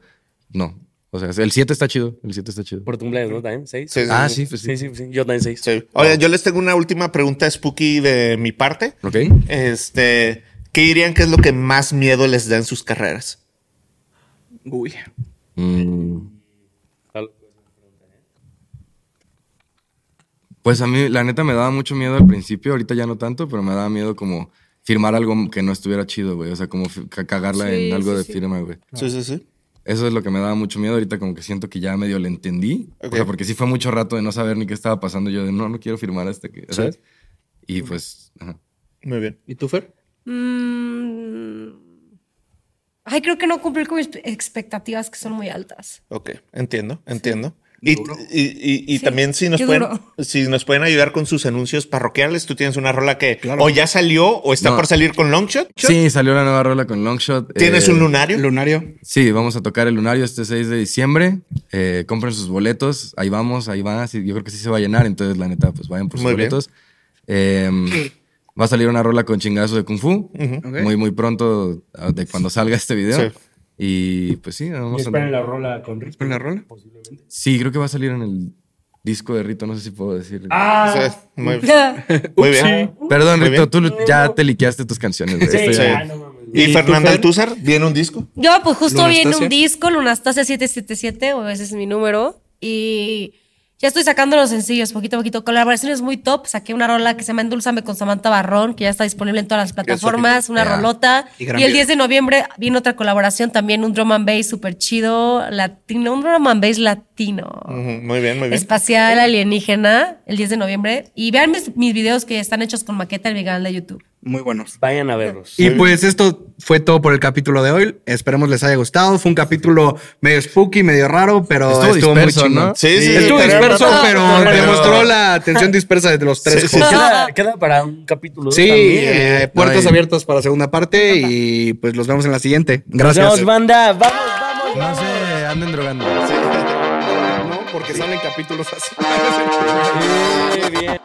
E: no. O sea, el 7 está chido, el 7 está chido.
D: Por tu cumpleaños, ¿no? También seis.
A: Sí, sí,
E: Ah,
A: sí.
E: sí, pues sí.
D: Sí, sí, sí. Yo también seis.
A: Sí. Oye, yo les tengo una última pregunta spooky de mi parte.
E: ¿Ok?
A: Este, ¿qué dirían que es lo que más miedo les da en sus carreras?
C: Uy.
E: Mm,
D: Al-
E: Pues a mí, la neta, me daba mucho miedo al principio, ahorita ya no tanto, pero me daba miedo como firmar algo que no estuviera chido, güey. O sea, como fi- ca- cagarla
F: Sí,
E: en algo
F: sí,
E: de
F: sí.
E: firma, güey.
A: Sí, sí, sí.
E: Eso es lo que me daba mucho miedo. Ahorita como que siento que ya medio le entendí.
A: Ok.
E: O sea, porque sí fue mucho rato de no saber ni qué estaba pasando. Yo de, no, no quiero firmar hasta que, ¿sabes? Y pues, ajá.
A: Muy bien.
C: ¿Y tú, Fer?
F: Mm. Ay, creo que no cumplir con mis expectativas que son
A: [laughs]
F: muy altas.
A: Ok, entiendo, entiendo. Y,
C: Duro.
A: y- y- y
F: Sí,
A: también si nos,
F: qué
A: pueden,
F: duro.
A: si nos pueden ayudar con sus anuncios parroquiales, tú tienes una rola que
C: Claro.
A: o ya salió o está
E: No.
A: por salir con Longshot.
E: Sí, salió la nueva rola con Longshot.
A: ¿Tienes
E: eh,
A: un lunario?
C: Lunario.
E: Sí, vamos a tocar el Lunario este 6 de diciembre. Eh, compren sus boletos. Ahí vamos, ahí va. Sí, yo creo que sí se va a llenar. Entonces, la neta, pues vayan por sus
A: Muy bien.
E: boletos. Eh, va a salir una rola con chingazo de Kung Fu.
C: Ok.
E: Muy, muy pronto ah, de cuando salga este video.
A: Sí.
E: Y pues sí, vamos a
D: la rola con Rick.
C: ¿Con la rola?
E: Sí, creo que va a salir en el disco de Rito, no sé si puedo decir.
A: O sea, muy, muy
F: Ups,
A: bien.
E: Perdón,
A: Muy
E: Rito, tú lo- ya te liqueaste tus canciones. güey. Esto
A: Sí.
E: ya-
A: ¿Y,
C: ¿Y tú,
A: Fernanda
C: Fer?
A: Altúzar? ¿Viene un disco?
F: Yo, pues justo viene
C: Lunastasia.
F: un disco, Lunastasia 777, o ese es mi número. Y ya estoy sacando los sencillos poquito a poquito. Colaboraciones muy top. Saqué una rola que se llama Endulzame con Samantha Barrón, que ya está disponible en todas las plataformas. Una
E: Ya.
F: rolota.
C: Y
F: Y,
C: gran
F: el
C: video.
F: 10 de noviembre viene otra colaboración también, un drum and bass súper chido, latino, un drum and bass latino.
A: Ujú, Mm, Muy bien, muy bien.
F: Espacial alienígena, el 10 de noviembre. Y vean mis, mis videos que están hechos con maqueta en mi canal de YouTube.
C: Muy buenos.
D: Vayan a verlos.
C: Y pues esto fue todo por el capítulo de hoy. Esperemos les haya gustado. Fue un capítulo medio spooky, medio raro, pero
E: Estuvo
C: estuvo,
E: disperso,
C: muy chingón.
E: ¿no?
A: Sí, sí,
C: Estuvo
A: pero-
C: disperso, pero,
A: pero-
C: demostró la atención dispersa de los tres.
A: Sí, sí,
C: Sí,
A: sí.
F: [laughs]
D: Queda, queda para un capítulo.
C: eh, puertas
E: No, y-
C: abiertas para segunda parte y pues los vemos en la siguiente. Gracias.
D: Gracias. banda. Vamos, vamos.
E: No se anden drogando.
C: No, porque salen capítulos así. [laughs]
D: Muy bien.